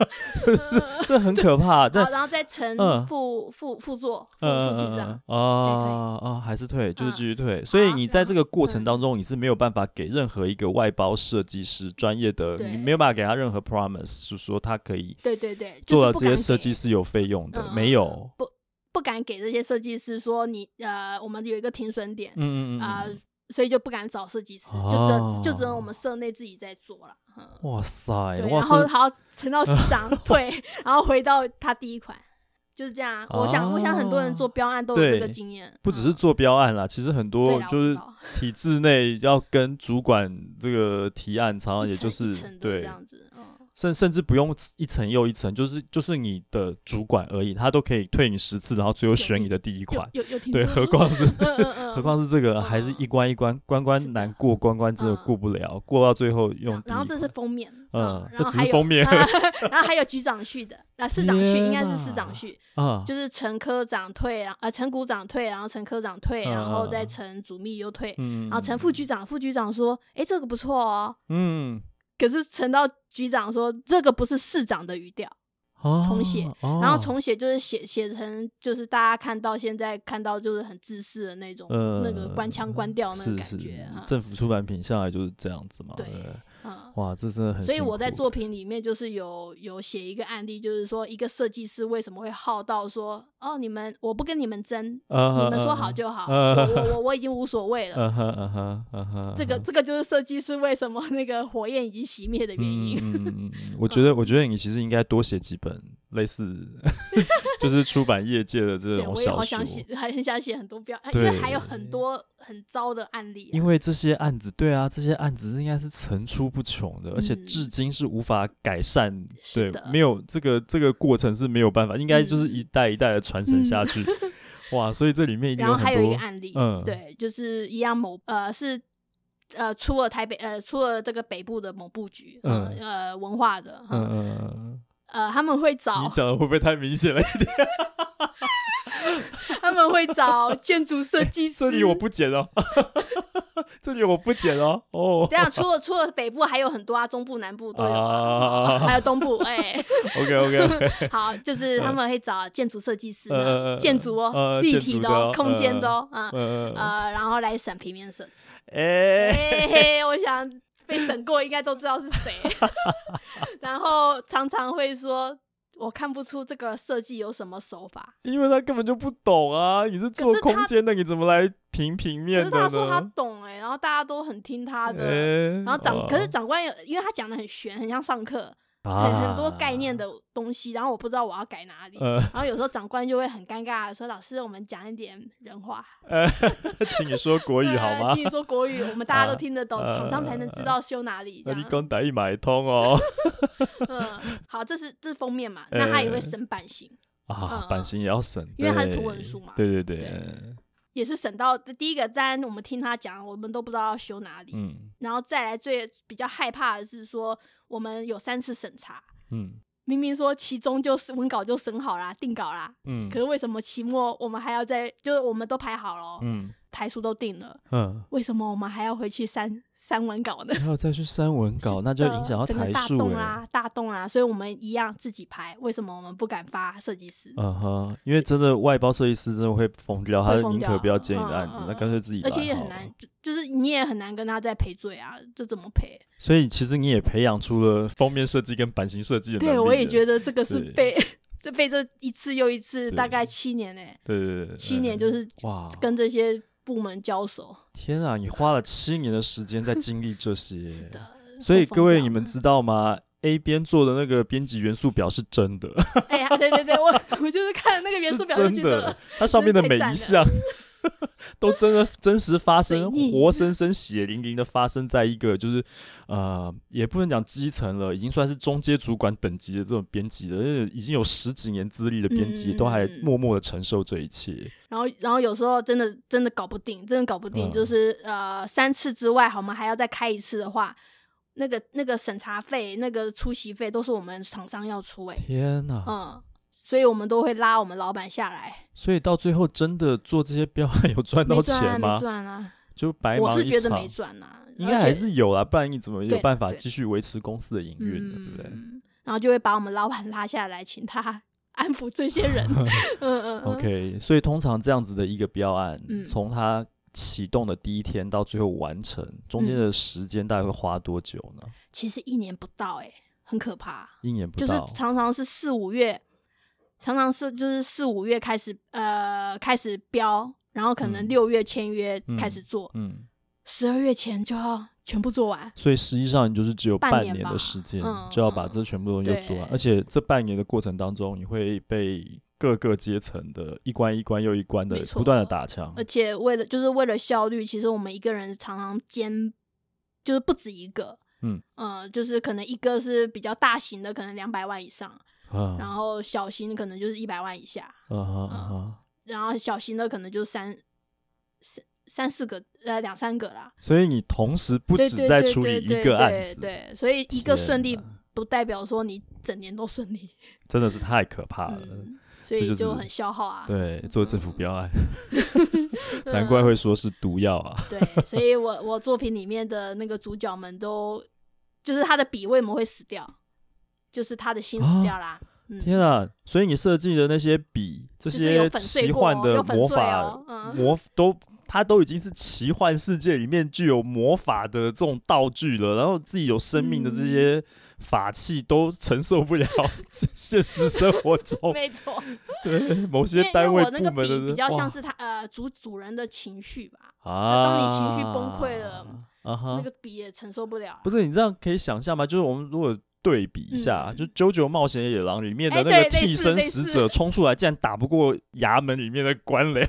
B: 呃
A: 这很可怕。
B: 好，
A: 但
B: 然后再成
A: 嗯
B: 副副副座副
A: 嗯
B: 副局
A: 嗯
B: 长
A: 嗯，哦哦，还是退，就是
B: 嗯
A: 继续退。所以
B: 好
A: 你在
B: 然
A: 这个过
B: 后
A: 程
B: 嗯
A: 当中，你是没有办法给任何一个外包设计师专业的，你没有
B: 对
A: 办法给他任何 promise，是说他可以
B: 对对对，就
A: 做
B: 是
A: 到
B: 不
A: 这
B: 敢
A: 些
B: 给
A: 设计师有费用的，
B: 嗯
A: 没有。
B: 不不敢给这些设计师说你呃，我们有一个停损点，
A: 嗯嗯嗯
B: 啊、
A: 嗯，
B: 所以就不敢找设计师，
A: 哦
B: 就只就只能我们社内自己在做了。嗯，
A: 哇塞，
B: 对，
A: 哇
B: 然后
A: 这 [laughs]
B: 好，陈到局长退，然后回到他第一款，就是这样啊。我想，我想很多人做标案都有这个经验，
A: 哦
B: 嗯
A: 不只是做标案啦，其实很
B: 嗯对
A: 多
B: 啦我
A: 就
B: 知
A: 是
B: 道
A: 体制内要跟主管这个提案，常常
B: 一
A: 也
B: 层
A: 就
B: 一
A: 是
B: 层的这
A: 对，
B: 样子，嗯，
A: 甚甚至不用一层又一层，就是就是你的主管而已，他都可以退你十次，然后最后选你的第一款。
B: 有有有听
A: 对，
B: 说
A: 何况是
B: 嗯嗯嗯，
A: 何况是这个，
B: 嗯
A: 还是一关一关，关
B: 是的
A: 关难过，关关真的
B: 嗯
A: 过不了，过到最后用
B: 然后
A: 第一
B: 然后这是
A: 款
B: 封面，
A: 嗯
B: 然
A: 这
B: 后
A: 只
B: 还
A: 是
B: 有
A: 封面
B: [laughs] 然后还有局长序的，啊，市长序应该是市长序，
A: 啊，
B: 就是陈科长退，然后呃陈股长退，然后陈科长退，然后再
A: 嗯
B: 陈主秘又退，
A: 嗯
B: 然后陈副局长，副局长说，哎，这个不错哦，
A: 嗯，
B: 可是陈到局长说这个不是市长的语调，重写
A: 哦，
B: 然后重写就是写写成就是大家看到现在看到就是很自私的那种，那个官腔官调那个
A: 是
B: 感
A: 呃是
B: 觉啊，
A: 政府出版品向来就是这样子嘛。
B: 对
A: 不
B: 嗯。
A: 哇，这真的很辛苦。
B: 所以我在作品里面就是有有写一个案例，就是说一个设计师为什么会耗到说哦，你们我不跟你们争，
A: 嗯，
B: 你
A: 你
B: 们说好就好，
A: 嗯
B: 我我我我已经无所
A: [laughs]
B: 谓了。
A: 嗯哼嗯哼嗯哼，
B: 这个这个就是设计师为什么那个火焰已经熄灭的原
A: 嗯
B: 因。
A: 嗯嗯嗯嗯，我觉得我觉得你其实应该多写几本类似，就是出版业界的这
B: 对，
A: 种
B: 我也
A: 小
B: 好
A: 说
B: 想。写，还很想写很多标，因为
A: 对
B: 还有很多很糟的案例、啊
A: 因。为这些案子，对啊，这些案子应该是层出不穷的，而且
B: 嗯
A: 至今是无法改善，
B: 是
A: 对
B: 的，
A: 没有这个这个过程是没有办法，应该就是
B: 嗯
A: 一代一代的传承下去。哇，所以这里面一定
B: 然后
A: 很
B: 还有一个
A: 多，
B: 案例，
A: 嗯
B: 对，就是一样某呃是呃出了台北呃出了这个北部的某布局，嗯
A: 嗯
B: 呃文化的，
A: 嗯
B: 嗯、
A: 嗯嗯嗯。
B: 呃他们会找
A: 你讲的会不会太明显了？
B: 他们会找建筑
A: [laughs]
B: 设计师。
A: 这里我不剪哦，这里我不剪哦。哦
B: 这样，除了除了北部还有很多啊，中部、南部都有啊，
A: 啊
B: 还有东部。
A: [laughs]
B: 哎，
A: ，OK OK，
B: 好，就是
A: 嗯
B: 他们会找建筑设计师
A: 呃呃
B: 呢，
A: 呃
B: 建筑哦，
A: 呃
B: 立体
A: 建筑
B: 的哦，
A: 的哦
B: 空间的哦，啊
A: 呃，
B: 呃，然后来审平面设计。
A: 哎，
B: 嘿嘿，我想被审过应该都知道是
A: [laughs]
B: 谁。然后常常会说，我看不出这个设计有什么手法。
A: 因为他根本就不懂啊，你是做
B: 可是他
A: 空间的，你怎么来评平
B: 可
A: 面的
B: 是他
A: 呢？
B: 说他懂哎，然后大家都很听他的。
A: 哎
B: 然后长，
A: 哇
B: 可是长官有，因为他讲的很玄，很像上课，很
A: 啊
B: 很多概念的东西，然后我不知道我要改哪里。
A: 呃， [laughs]
B: 然后有时候长官就会很尴尬的说：“老师，我们讲一点人话，
A: 请你说国语好
B: 呃
A: 吗？
B: 请你说国语，我们大家都听得懂，
A: 啊
B: 厂商才能知道修哪里。”这
A: 那你
B: 样，
A: 刚打一买通
B: [laughs]
A: 哦
B: 嗯，好，这是这是
A: [laughs]
B: 封面
A: 哎
B: 嘛，那他也会审版型，
A: 啊
B: 嗯，
A: 版型也要省，
B: 因为它是
A: 对
B: 图文书嘛
A: 对对对
B: 对，
A: 嗯
B: 也是审到第一个单，我们听他讲，我们都不知道要修哪里。
A: 嗯
B: 然后再来最比较害怕的是说，我们有三次审查，
A: 嗯
B: 明明说其中就是文稿就审好啦，定稿啦，
A: 嗯
B: 可是为什么期末我们还要再，就是我们都排好了，
A: 嗯
B: 台数都定了。
A: 嗯，
B: 为什么我们还要回去删删文稿呢？呃
A: 还有再去删文稿， [laughs] 那就影响到
B: 整个
A: 台
B: 大
A: 数
B: 动
A: 哎。
B: 啊，大动啊，所以我们一样自己排。为什么我们不敢发设计师？
A: 嗯哼，因为真的外包设计师真的会疯掉，他
B: 会疯
A: 宁可
B: 掉
A: 不要接你
B: 嗯
A: 的案子
B: 嗯，
A: 那
B: 嗯
A: 干脆自己来
B: 而且也很
A: 好了
B: 难，就就是你也很难跟他再赔罪啊，这怎么赔？
A: 所以其实你也培养出了封面设计跟版型设计的能力。
B: 对，我也
A: 得，
B: 觉得这个是
A: 对
B: 被这被这一次又一次，
A: 对
B: 大概七年呢、
A: 对对对对，
B: 七年就是
A: 嗯哇，
B: 跟这些部门交手。
A: 天啊，你花了七年的时间在经历这些，
B: [laughs] 是的，
A: 所以
B: 疯
A: 各位
B: 掉
A: 你们
B: 了
A: 知道吗？A 边做的那个编辑元素表是真的，
B: 哎呀，对对对，我我就是看那个元素表就
A: 是
B: 觉
A: 真
B: 得
A: 的，它上面的
B: 太
A: 每
B: 赞了
A: 一项都真的真实发生，
B: 水逆
A: 活生生、血淋淋的发生在一个就是呃，也不能讲基层了，已经算是中阶主管等级的这种编辑了，因为已经有十几年资历的编辑、
B: 嗯
A: 都还
B: 嗯嗯
A: 默默的承受这一切。
B: 然后，然后有时候真的真的搞不定，真的搞不
A: 嗯
B: 定，就是呃三次之外，好，我们还要再开一次的话，那个那个审查费、那个出席费都是我们厂商要出、欸，
A: 天呐！
B: 嗯，所以我们都会拉我们老板下来，
A: 所以到最后真的做这些标案 [laughs] 有赚
B: 没
A: 到
B: 赚啊，
A: 钱
B: 没
A: 吗？
B: 赚啊，
A: 就白
B: 我
A: 忙
B: 是
A: 一
B: 觉得没
A: 场，
B: 赚啊，
A: 应
B: 而
A: 该
B: 且
A: 还是有啦，不然你怎么
B: 对
A: 有
B: 啦
A: 办法
B: 对
A: 继续维持公司的营运呢？对不对？
B: 嗯，然后就会把我们老板拉下来，请他 [laughs] 安抚这
A: [laughs]
B: 些人，嗯嗯嗯
A: OK，所以通常这样子的一个标案
B: 嗯，
A: 从、它启动的第一天到最后完成，中
B: 嗯
A: 间的时间大概会花多久呢？
B: 其实一年不到、欸，很可怕、
A: 一年不
B: 就是
A: 到。
B: 常常是四五月，常常是就是四五月开始呃开始标，然后可能
A: 嗯
B: 六月签约开始
A: 嗯
B: 做，
A: 嗯，
B: 十二、月前就要全部做完。
A: 所以实际上你就是只有
B: 半
A: 半
B: 年
A: 年
B: 吧
A: 的时间
B: 嗯，
A: 就要
B: 嗯
A: 把这全部东西都做完，
B: 对
A: 而且这半年的过程当中，你会被各个阶层的一关一关又一关的
B: 没错
A: 不断的打枪
B: 而，且为了就是为了效率，其实我们一个人常常兼就是不止一个，
A: 嗯
B: 呃，就是可能一个是比较大型的，可能两百万以上，
A: 啊
B: 然后小型的可能就是一百万以下，
A: 啊哈
B: 嗯
A: 啊哈，
B: 然后小型的可能就三三三四个呃两三个啦，
A: 所以你同时不
B: 对
A: 止
B: 对
A: 在
B: 对
A: 处理
B: 对
A: 一
B: 对
A: 个
B: 对
A: 案子，
B: 对，所以一个
A: 天
B: 顺利
A: 哪
B: 不代表说你整年都顺利，
A: 真的是太可怕了。
B: 嗯，所
A: 啊呃这就
B: 以
A: 是
B: 就很消耗啊。
A: 对，做政府标案，
B: 嗯
A: 难怪会说是毒药啊。
B: 对，所以我我作品里面的那个主角们都，就是他的笔为什么会死掉，就是他的心死掉啦。嗯，
A: 啊天啊！所以你设计的那些笔，这
B: 就是有
A: 些
B: 粉碎
A: 奇
B: 过哦
A: 幻的
B: 有粉
A: 魔
B: 碎
A: 法、
B: 哦嗯
A: 魔都，它都已经是奇幻世界里面具有魔法的这种道具了，然后自己有生命的这
B: 嗯
A: 些法器都承受不了 [laughs] 现实生活中
B: 没错，
A: 对某
B: 因 [laughs]
A: 些
B: 为因为
A: 单位
B: 我那
A: 部
B: 个
A: 门的
B: 笔比较像
A: 哇
B: 是他呃主主人的情绪吧，
A: 啊，
B: 当你情绪崩溃了，
A: 啊哈，
B: 那个笔也承受不了啊。
A: 不是你这样可以想象吗？就是我们如果对比一下，啊
B: 嗯
A: 就《九九冒险野狼》里面的
B: 哎
A: 那个
B: 对类似
A: 替身使者
B: 类
A: 冲出来，竟然打不过衙门里面的官
B: [laughs]
A: 僚。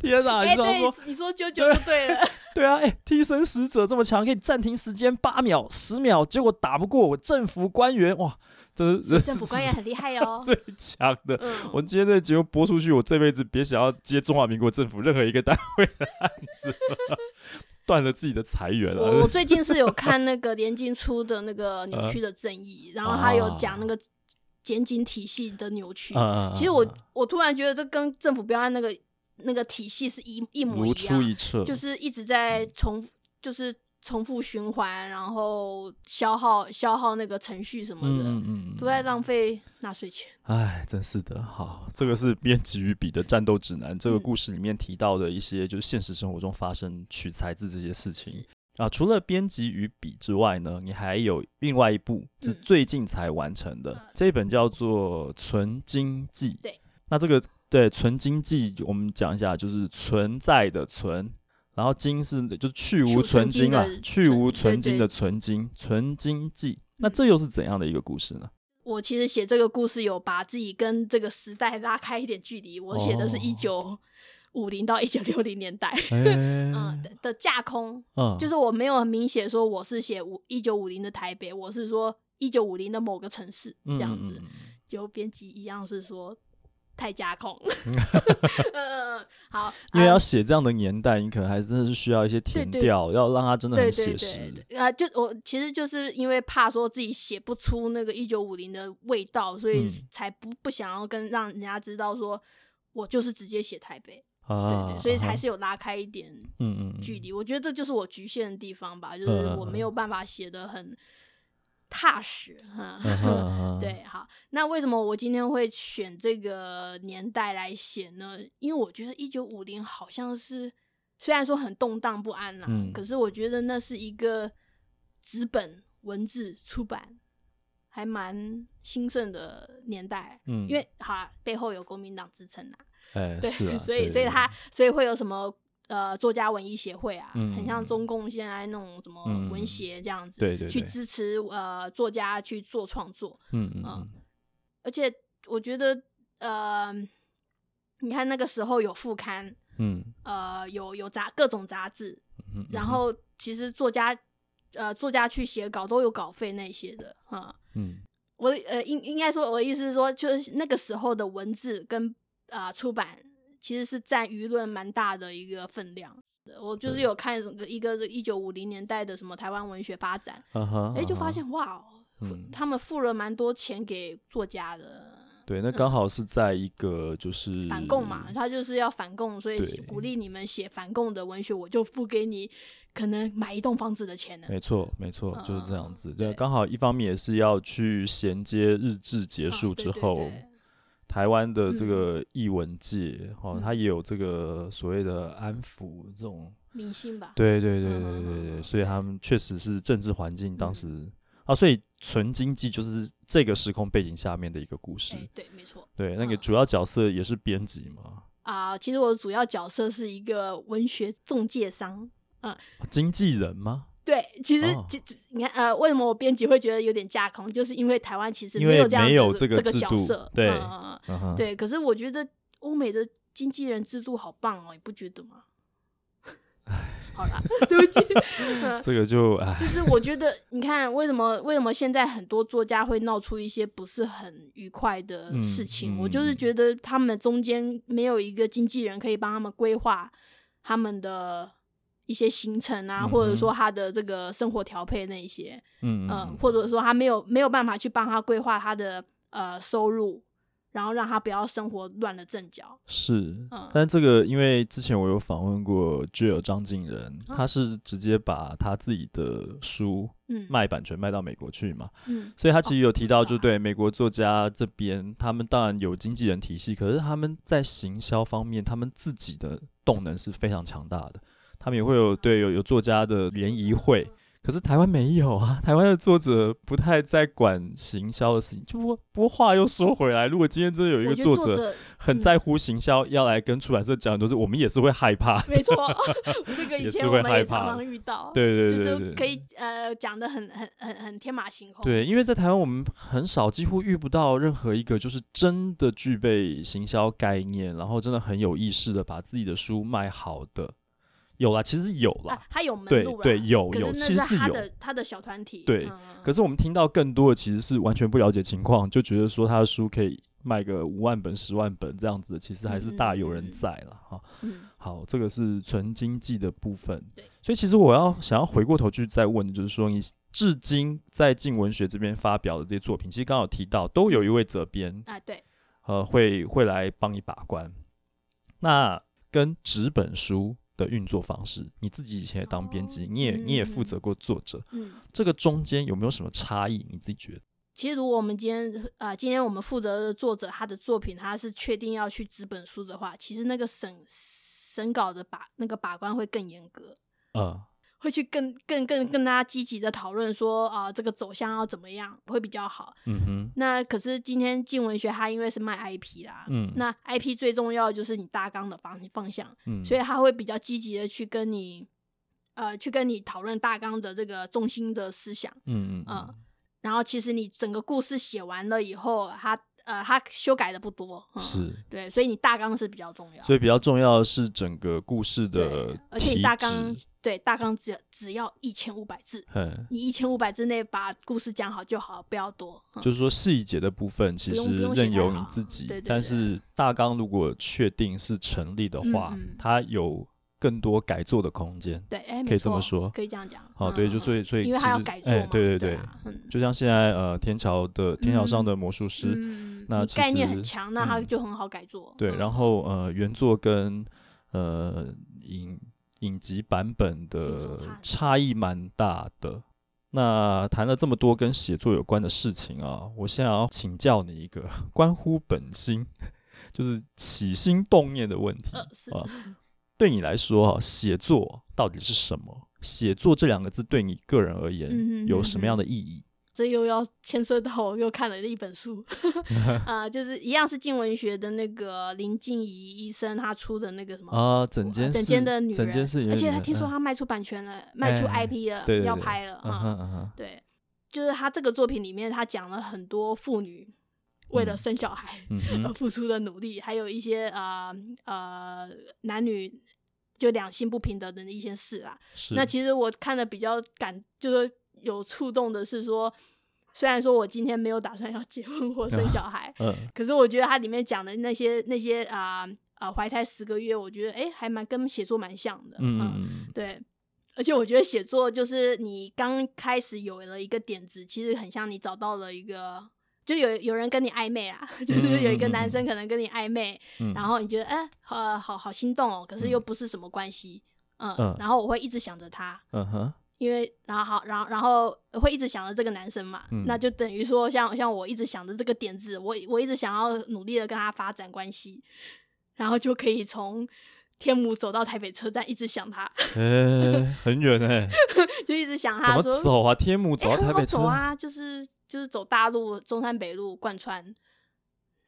A: 天啊哪！你
B: 哎，
A: 这样
B: 对
A: 说，，
B: 你说九九就对了，
A: 对啊，哎、替身使者这么强，可以暂停时间八秒、十秒，结果打不过我政府官员，哇， [laughs] 这是
B: 政府官员很厉害哦。
A: [laughs] 最强的。
B: 嗯，
A: 我今天这个节目播出去，我这辈子别想要接中华民国政府任何一个单位的案子了，断了自己的财源 [laughs]
B: 我我
A: 了。
B: 最近是有看那个连经出的那个扭曲的正义，然后他有讲那个检警体系的扭曲。
A: 啊
B: 其实我我突然觉得这跟政府标案那个那个体系是一一模
A: 如
B: 一
A: 出
B: 样，
A: 一辙，嗯
B: 就是一直在重就是重复循环，然后消耗消耗那个程序什么的，
A: 嗯嗯嗯，
B: 都在浪费纳税钱。
A: 哎，真是的。好，这个是编辑与笔的战斗指南这
B: 嗯
A: 个故事里面提到的一些，就是现实生活中发生取材自这些事情啊。除了编辑与笔之外呢，你还有另外一部是
B: 嗯
A: 最近才完成的，
B: 嗯
A: 这一本叫做《存经记》。
B: 对，
A: 那这个对存经记，我们讲一下，就是存在的存。然后经是就是去
B: 去
A: 无
B: 无
A: 存
B: 存
A: 经啊
B: 菁的，
A: 去无
B: 存
A: 存
B: 对
A: 经
B: 对
A: 的存经，存经记。那
B: 嗯
A: 这又是怎样的一个故事呢？
B: 我其实写这个故事有把自己跟这个时代拉开一点距离，我写的是
A: 哦
B: 一九五零到一九六零年代。嗯
A: 嗯
B: 的的架空，
A: 嗯，
B: 就是我没有很明显说我是写五一九五零的台北，我是说一九五零的某个城市这样子。啊
A: 嗯嗯
B: 就编辑一样是说太架
A: [laughs]
B: 空， [laughs] 嗯嗯嗯，好，
A: 因为
B: 啊
A: 要写这样的年代，你可能还真的是需要一些填
B: 对
A: 调，要让它真的
B: 对
A: 很
B: 对
A: 写
B: 对
A: 实。
B: 对，啊，就我其实就是因为怕说自己写不出那个一九五零的味道，所以
A: 嗯
B: 才不不想要跟让人家知道说我就是直接写台北，
A: 啊，
B: 对对，所以还
A: 啊
B: 是有拉开一点
A: 嗯嗯嗯
B: 距离。我觉得这就是我局限的地方吧，就
A: 嗯
B: 是
A: 嗯
B: 我没有办法写的很踏实。哈
A: [laughs] 嗯哼嗯哼
B: 对，好，那为什么我今天会选这个年代来写呢？因为我觉得一九五零好像是虽然说很动荡不安啦，
A: 嗯
B: 可是我觉得那是一个纸本文字出版还蛮兴盛的年代。
A: 嗯，
B: 因为好、啊、背后有国民党支撑啊，
A: 哎
B: 对，
A: 是啊，
B: 所以
A: 对
B: 所以
A: 对
B: 他所以会有什么呃作家文艺协会啊，
A: 嗯
B: 很像中共现在那种什么
A: 嗯
B: 文协这样子，
A: 对对
B: 去
A: 对
B: 支持呃作家去做创作，
A: 嗯嗯
B: 嗯
A: 嗯
B: 而且我觉得呃，你看那个时候有副刊，
A: 嗯嗯
B: 呃，有有杂各种杂志，
A: 嗯，
B: 然后其实作家呃作家去写稿都有稿费那些的，嗯，
A: 嗯
B: 我的呃应应该说，我的意思是说，就是那个时候的文字跟啊、呃出版其实是占舆论蛮大的一个分量。我就是有看一个一九五零年代的什么台湾文学发展，
A: 啊哈，
B: 哎、就
A: 啊
B: 发
A: 哈
B: 现哇哦，
A: 嗯
B: 他们付了蛮多钱给作家的
A: 对，那刚好是在一个就是
B: 嗯反共嘛，他就是要反共，所
A: 嗯
B: 以
A: 对
B: 鼓励你们写反共的文学，我就付给你可能买一栋房子的钱呢。
A: 没错，没错，就是这样
B: 嗯
A: 子。对，
B: 对
A: 刚好一方面也是要去衔接日治结
B: 啊
A: 束
B: 对
A: 之
B: 对
A: 后，
B: 对
A: 台湾的这
B: 嗯
A: 个译文界，哦，
B: 嗯
A: 它也有这个所谓的安抚这种，
B: 明星吧，
A: 对对对对
B: 哦嗯嗯
A: 对
B: 嗯
A: 对，
B: 嗯
A: 所以他们确实是政治环境当
B: 嗯
A: 时、啊，所以纯经济就是这个时空背景下面的一个故事，
B: 哎、对，没错。
A: 对，那个
B: 嗯
A: 主要角色也是编辑嘛，
B: 啊、其实我的主要角色是一个文学中介商，
A: 啊经纪人吗？
B: 对，其实
A: 哦
B: 其实你看呃，为什么我编辑会觉得有点架空，就是因为台湾其实
A: 因
B: 没
A: 为
B: 有这样
A: 没有
B: 子
A: 这个
B: 的这个
A: 制
B: 角
A: 度
B: 色，
A: 对
B: 嗯嗯嗯
A: 嗯哼，
B: 对，可是我觉得欧美的经纪人制度好棒哦，你不觉得吗？ [laughs] 好啦， [laughs] 对不起， [laughs] 嗯
A: 这个就哎，
B: 就是我觉得你看为什么为什么现在很多作家会闹出一些不是很愉快的
A: 嗯
B: 事情？
A: 嗯
B: 我就是觉得他们中间没有一个经纪人可以帮他们规划他们的一些行程啊，
A: 嗯
B: 或者
A: 哼
B: 说他的这个生活调配那一些。
A: 嗯
B: 嗯，或者说他没有没有办法去帮他规划他的呃收入，然后让他不要生活乱了阵脚。
A: 是
B: 嗯，
A: 但这个因为之前我有访问过 Jill 张敬仁，
B: 啊
A: 他是直接把他自己的书
B: 嗯，
A: 卖版权卖到美国去嘛，
B: 嗯
A: 所以他其实有提到，
B: 哦
A: 就对美国作家这边，他们当然有经纪人体系，可是他们在行销方面，他们自己的动能是非常强大的，他们也会有对有有作家的联谊会。
B: 嗯
A: 可是台湾没有啊，台湾的作者不太在管行销的事情。就不过不过话又说回来，如果今天真的有一
B: 我
A: 个
B: 觉得
A: 者
B: 者
A: 很在乎行销，要来跟出版社讲，都是我们也是会害怕。[laughs]
B: 没错，这个
A: 也是
B: 以前
A: 会
B: 我们
A: 害
B: 也常
A: 怕的
B: 常遇到，
A: 对对
B: 就
A: 对
B: 是
A: 对
B: 可
A: 对。
B: 以呃讲的很很很很天马行空。
A: 对，因为在台湾我们很少，几乎遇不到任何一个就是真的具备行销概念，然后真的很有意识的把自己的书卖好的。有啦，其实有啦，
B: 啊，他有门
A: 对
B: 路啦，
A: 对有
B: 可是
A: 有
B: 那
A: 其实是
B: 他
A: 有
B: 的他的小团体，
A: 对
B: 嗯
A: 可是我们听到更多的其实是完全不了解情况，就觉得说他的书可以卖个五万本、十万本这样子，其实还是大有
B: 嗯嗯嗯
A: 人
B: 嗯
A: 在了哈。
B: 嗯
A: 好，这个是纯经济的部分。
B: 对，
A: 所以其实我要想要回过头去再问，就是说你至今在静文学这边发表的这些作品，其实刚好有提到都有一位责编，
B: 啊对，
A: 呃，会会来帮你把关。那跟纸本书的运作方式，你自己以前也当编辑，
B: 哦
A: 你也你也
B: 嗯
A: 负责过作者，
B: 嗯。
A: 这个中间有没有什么差异？你自己觉得？
B: 其实，如果我们今天呃，今天我们负责的作者他的作品，他是确定要去纸本书的话，其实那个审审稿的把那个把关会更严格，
A: 呃，
B: 会去更更更更大家积极的讨论说啊、这个走向要怎么样会比较好。
A: 嗯哼，
B: 那可是今天静文学它因为是卖 IP 啦，
A: 嗯
B: 那 IP 最重要的就是你大纲的方方向，
A: 嗯，
B: 所以他会比较积极的去跟你呃去跟你讨论大纲的这个中心的思想。
A: 嗯嗯
B: 呃
A: 嗯
B: 然后其实你整个故事写完了以后，它呃它修改的不多，嗯、
A: 是。
B: 对，所以你大纲是比较重要。
A: 所以比较重要的是整个故事的
B: 对，而且你
A: 体
B: 大
A: 旨
B: 纲对大纲只只要一千五百字，
A: 嗯，
B: 你一千五百字内把故事讲好就好，不要多。嗯、
A: 就是说细节的部分，其
B: 不用
A: 实
B: 不用写
A: 任
B: 太
A: 由你
B: 好
A: 自己。
B: 对对
A: 但
B: 对
A: 是大纲如果确定是成立的话，
B: 嗯嗯
A: 它有更多改做的空间。
B: 对，哎，没
A: 可以这么
B: 错
A: 说
B: 可以这样讲。
A: 哦，
B: 嗯
A: 对，就
B: 嗯
A: 所以所以
B: 因为
A: 其
B: 它要
A: 实
B: 改
A: 哎
B: 作嘛
A: 对对
B: 对
A: 对，
B: 啊嗯
A: 就像现在呃天桥的天桥上
B: 嗯
A: 的魔术师，
B: 嗯，
A: 那
B: 你
A: 其
B: 概念很
A: 实
B: 强，那它
A: 嗯
B: 就很好改做。
A: 对，
B: 嗯
A: 然后呃原作跟呃影影集版本
B: 听说
A: 的
B: 差很
A: 差异蛮大的。那谈了这么多跟写作有关的事情啊，我现在要请教你一个关乎本心， [laughs] 就是起心动念的问题
B: 呃是
A: 啊。 [laughs] 对你来说啊，写作到底是什么？写作这两个字对你个人而言
B: 嗯
A: 有
B: 哼
A: 什
B: 哼
A: 么样
B: 哼
A: 的意义？
B: 这又要牵涉到我又看了一
A: [laughs]
B: 本书，啊，就是一样是静文学的那个林静怡医生他出的那个什么
A: 啊，整间
B: 整
A: 是
B: 间的女
A: 整间
B: 人，
A: 是，
B: 而且他听说
A: 嗯
B: 他卖出版权了，卖出
A: 哎
B: IP 了，
A: 对对
B: 要
A: 对
B: 拍了
A: 嗯
B: 啊、
A: 哼嗯哼，
B: 对，就是他这个作品里面，他讲了很多妇女为了
A: 嗯
B: 生小孩
A: 嗯
B: 而 [laughs]
A: 哼，
B: 付出的努力，还有一些呃呃男女就两性不平等的一些事啊啦。
A: 是
B: 那其实我看的比较感，就是有触动的是说，虽然说我今天没有打算要结婚或生小
A: [laughs]
B: 孩，
A: 嗯。
B: 可是我觉得它里面讲的那些那些啊啊、怀胎十个月，我觉得哎还蛮跟写作蛮像的，
A: 嗯嗯嗯
B: 对。而且我觉得写作就是你刚开始有了一个点子，其实很像你找到了一个，就有有人跟你暧昧啦， [laughs] 就是有一个男生可能跟你暧昧，
A: 嗯，
B: 然后你觉得哎、好好好心动哦，可是
A: 嗯
B: 又不是什么关系，嗯，
A: 嗯
B: 然后我会一直想着他，
A: 嗯哼，
B: 因为然后好，然后然后会一直想着这个男生嘛，
A: 嗯
B: 那就等于说像像我一直想着这个点子，我我一直想要努力的跟他发展关系，然后就可以从天母走到台北车站，一直想他， [laughs]
A: 哎，很远哎，
B: 就一直想
A: 怎
B: 他说
A: 么走啊？天母走
B: 诶
A: 到台
B: 很好
A: 北车
B: 走啊，就是就是走大路中山北路贯穿，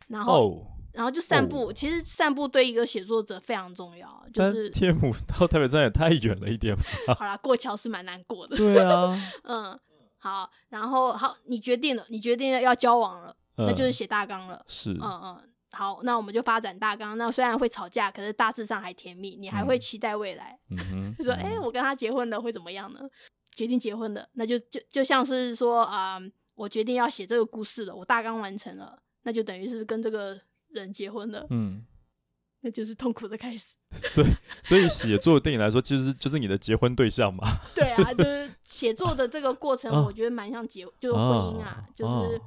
B: 然后
A: 哦，
B: 然后就散步。其实散步对一个写作者非常重要，啊就
A: 但
B: 是
A: 天母到台北站也太远了一
B: [laughs]
A: 点吧？
B: 好啦，过桥是蛮难过的。
A: 对啊，
B: 嗯，好，然后好，你决定了，你决定了要交往了，那
A: 嗯
B: 就是写大纲了。
A: 是
B: 嗯嗯，好，那我们就发展大纲。那虽然会吵架，可是大致上还甜蜜，你还会
A: 嗯
B: 期待未来。
A: 嗯哼，
B: 就说：“
A: 嗯
B: 哎、我跟他结婚了，会怎么样呢？决定结婚了，那就就就像是说啊、我决定要写这个故事了，我大纲完成了，那就等于是跟这个人结婚了，
A: 嗯，
B: 那就是痛苦的开始。 [laughs]
A: 所以所以写作对你来说，其实就是你的结婚对象嘛。
B: 对啊，就是写作的这个过程，
A: 啊
B: 我觉得蛮像 [laughs] 结，就是婚姻啊，就是
A: 哦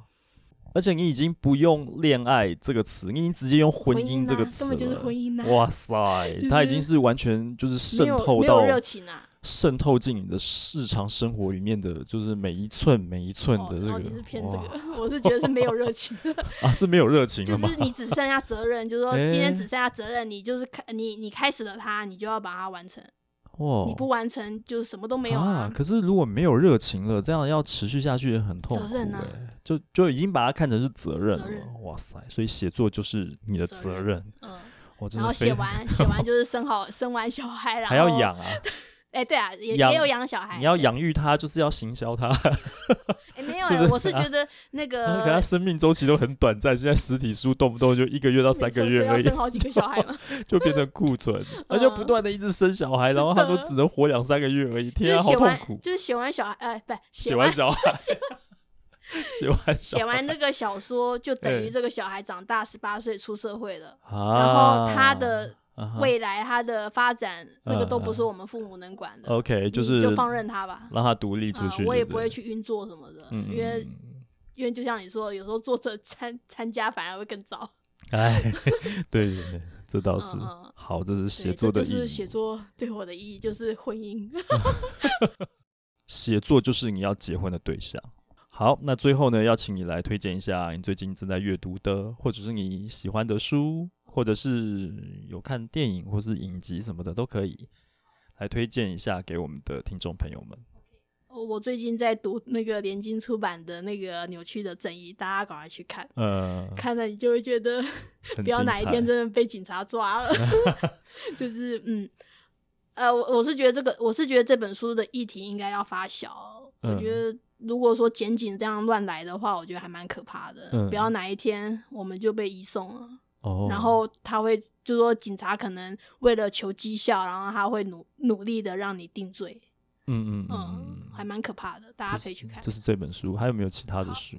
A: 而且你已经不用“恋爱”这个词，你已经直接用“婚姻”这
B: 啊
A: 个词
B: 根
A: 了，
B: 本就是婚姻啊，
A: 哇塞，
B: 就是
A: 它已经是完全就是渗
B: 没有
A: 透
B: 没
A: 到
B: 有热情啊，
A: 渗透进你的日常生活里面的，就是每一寸每一寸
B: 哦
A: 的，这个
B: 然后你是偏这
A: 哇 [laughs]
B: 个，我是觉得是没有热情。”
A: 啊，是没有热情
B: 就
A: 了吗？
B: 是你只剩下责任，就是说
A: 哎
B: 今天只剩下责任，你就是开你你开始了它，你就要把它完成，
A: 哇，
B: 你不完成就是什么都没有
A: 哦啊！可是如果没有热情了，这样要持续下去也很痛苦、欸。
B: 责任啊
A: 就就已经把它看成是责任了。
B: 责任
A: 哇塞！所以写作就是你的
B: 责
A: 责
B: 任
A: 任。
B: 嗯，
A: 我真的
B: 然后
A: 非
B: 写完写完就是生好生完小孩，然后
A: [laughs] 还要，养啊，
B: 哎，对啊，也
A: 养
B: 也有养小孩，
A: 你要
B: 对，
A: 养育它，就是要行销它。
B: 哎，没
A: [laughs]
B: 有
A: 是
B: 哎
A: 不，是
B: 我是觉得
A: [laughs]
B: 那
A: 然后可它
B: 个。
A: 生命周期都很短暂，现在实体书动不动就一个月到三
B: 没错
A: 个
B: 所以
A: 月而
B: 要
A: 已，
B: 生好几个小孩嘛，
A: 就变成库存，那就不断的一直生小孩，
B: 嗯是
A: 然后他都
B: 的
A: 只能活两三个月而已。[laughs]
B: 就
A: 天
B: 是
A: 啊，好
B: 写
A: 痛
B: 完
A: 苦！
B: 就是写完小孩，哎，不，
A: 写
B: 完
A: 完小孩，写完小
B: 写
A: 孩
B: 完那个小说，就等
A: 哎
B: 于这个小孩长大十八岁出社会了，
A: 啊，
B: 然后他的
A: 啊哈
B: 未来他的发展，那个都不是
A: 嗯嗯
B: 我们父母能管的。
A: OK
B: 你
A: 嗯就是
B: 就放任他吧。
A: 让他独立出
B: 啊
A: 去，
B: 我也
A: 对
B: 不会
A: 对，
B: 去晕做什么的，
A: 嗯，
B: 因为
A: 嗯嗯
B: 因为就像你说，有时候作者参参加反而会更早。
A: 哎， [laughs] 对对对，这倒哦是
B: 嗯嗯
A: 好，这是
B: 对
A: 写作的
B: 这就
A: 意
B: 是写
A: 义。
B: 作对我的意义就是婚姻。 [laughs]
A: 写作就是你要结婚的对象。好，那最后呢，要请你来推荐一下你最近正在阅读的，或者是你喜欢的书，或者是有看电影或是影集什么的都可以，来推荐一下给我们的听众朋友们。
B: 我我最近在读那个联经出版的那个《扭曲的正义》，大家赶快去看，
A: 呃，
B: 看了你就会觉得
A: 很
B: 不要
A: 精
B: 哪一
A: 彩
B: 天真的被警察抓了。 [laughs] 就是嗯，呃，我我是觉得这个，我是觉得这本书的议题应该要发小。
A: 嗯
B: 我觉得如果说检警这样乱来的话，我觉得还蛮可怕的。
A: 嗯
B: 不要哪一天我们就被移送了，
A: 哦，
B: 然后他会就说警察可能为了求绩效，然后他会努努力的让你定罪。
A: 嗯嗯嗯
B: 嗯，还蛮可怕的，大家可以去看
A: 这。是这本书，还有没有其他的书？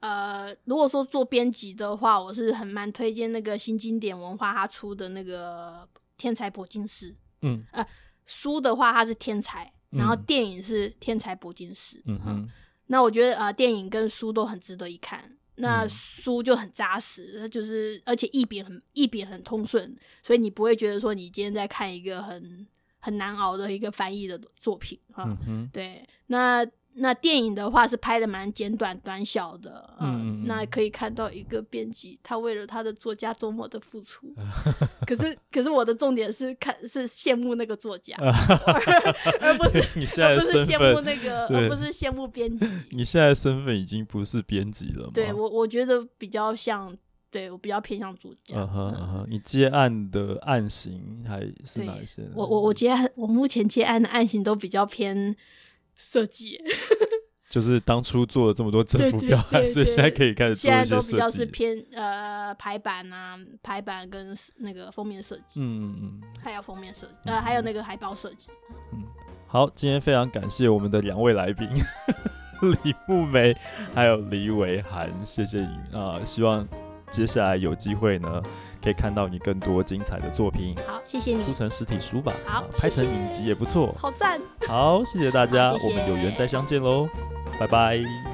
B: 呃，如果说做编辑的话，我是很蛮推荐那个新经典文化他出的那个《天才铂金师》。
A: 嗯
B: 书的话，它是天才，然后
A: 嗯
B: 电影是《天才铂金师》。
A: 嗯哼，
B: 那我觉得呃，电影跟书都很值得一看。那
A: 嗯
B: 书就很扎实，就是而且译笔很译笔很通顺，所以你不会觉得说你今天在看一个很很难熬的一个翻译的作品哈。
A: 嗯
B: [laughs]
A: 哼，
B: 对，那那电影的话是拍的蛮简短短小的，
A: 嗯嗯嗯
B: 那可以看到一个编辑他为了他的作家多么的付
A: [laughs]
B: 出。可是可是我的重点是看是羡慕那个
A: [laughs]
B: 作家，而而不是
A: 你现在
B: 而
A: 的
B: 不是
A: 身
B: 羡慕
A: 份，
B: 那个，
A: 对
B: 而不是羡慕
A: [laughs]
B: 编辑。
A: 你现在的身份已经不是编辑了吗？
B: 对我我觉得比较像，对我比较偏向作家。
A: 嗯哼嗯
B: 嗯
A: 哼，你接案的案型还是哪一些呢？
B: 我我我接案，我目前接案的案型都比较偏设计，
A: 就是当初做了这么多政
B: 对
A: 府
B: 对
A: 标案，[laughs]
B: 对
A: 所以
B: 对
A: 现在可以开始做
B: 现在
A: 一
B: 都
A: 些
B: 比较
A: 设
B: 是
A: 计。
B: 偏呃排版啊，排版跟那个封面设计，
A: 嗯嗯嗯，
B: 还有封面设计，呃，还有那个海报设计。
A: 好，今天非常感谢我们的两位来宾。 [laughs] 李木梅还有李伟涵，谢谢你啊、希望接下来有机会呢，可以看到你更多精彩的作品，
B: 好，谢谢
A: 出
B: 你，
A: 成实体书吧，
B: 嗯好
A: 啊拍成
B: 谢谢
A: 影集也不错。
B: 好赞。
A: 好，谢谢大家，
B: 好谢谢
A: 我们有缘再相见喽，拜拜。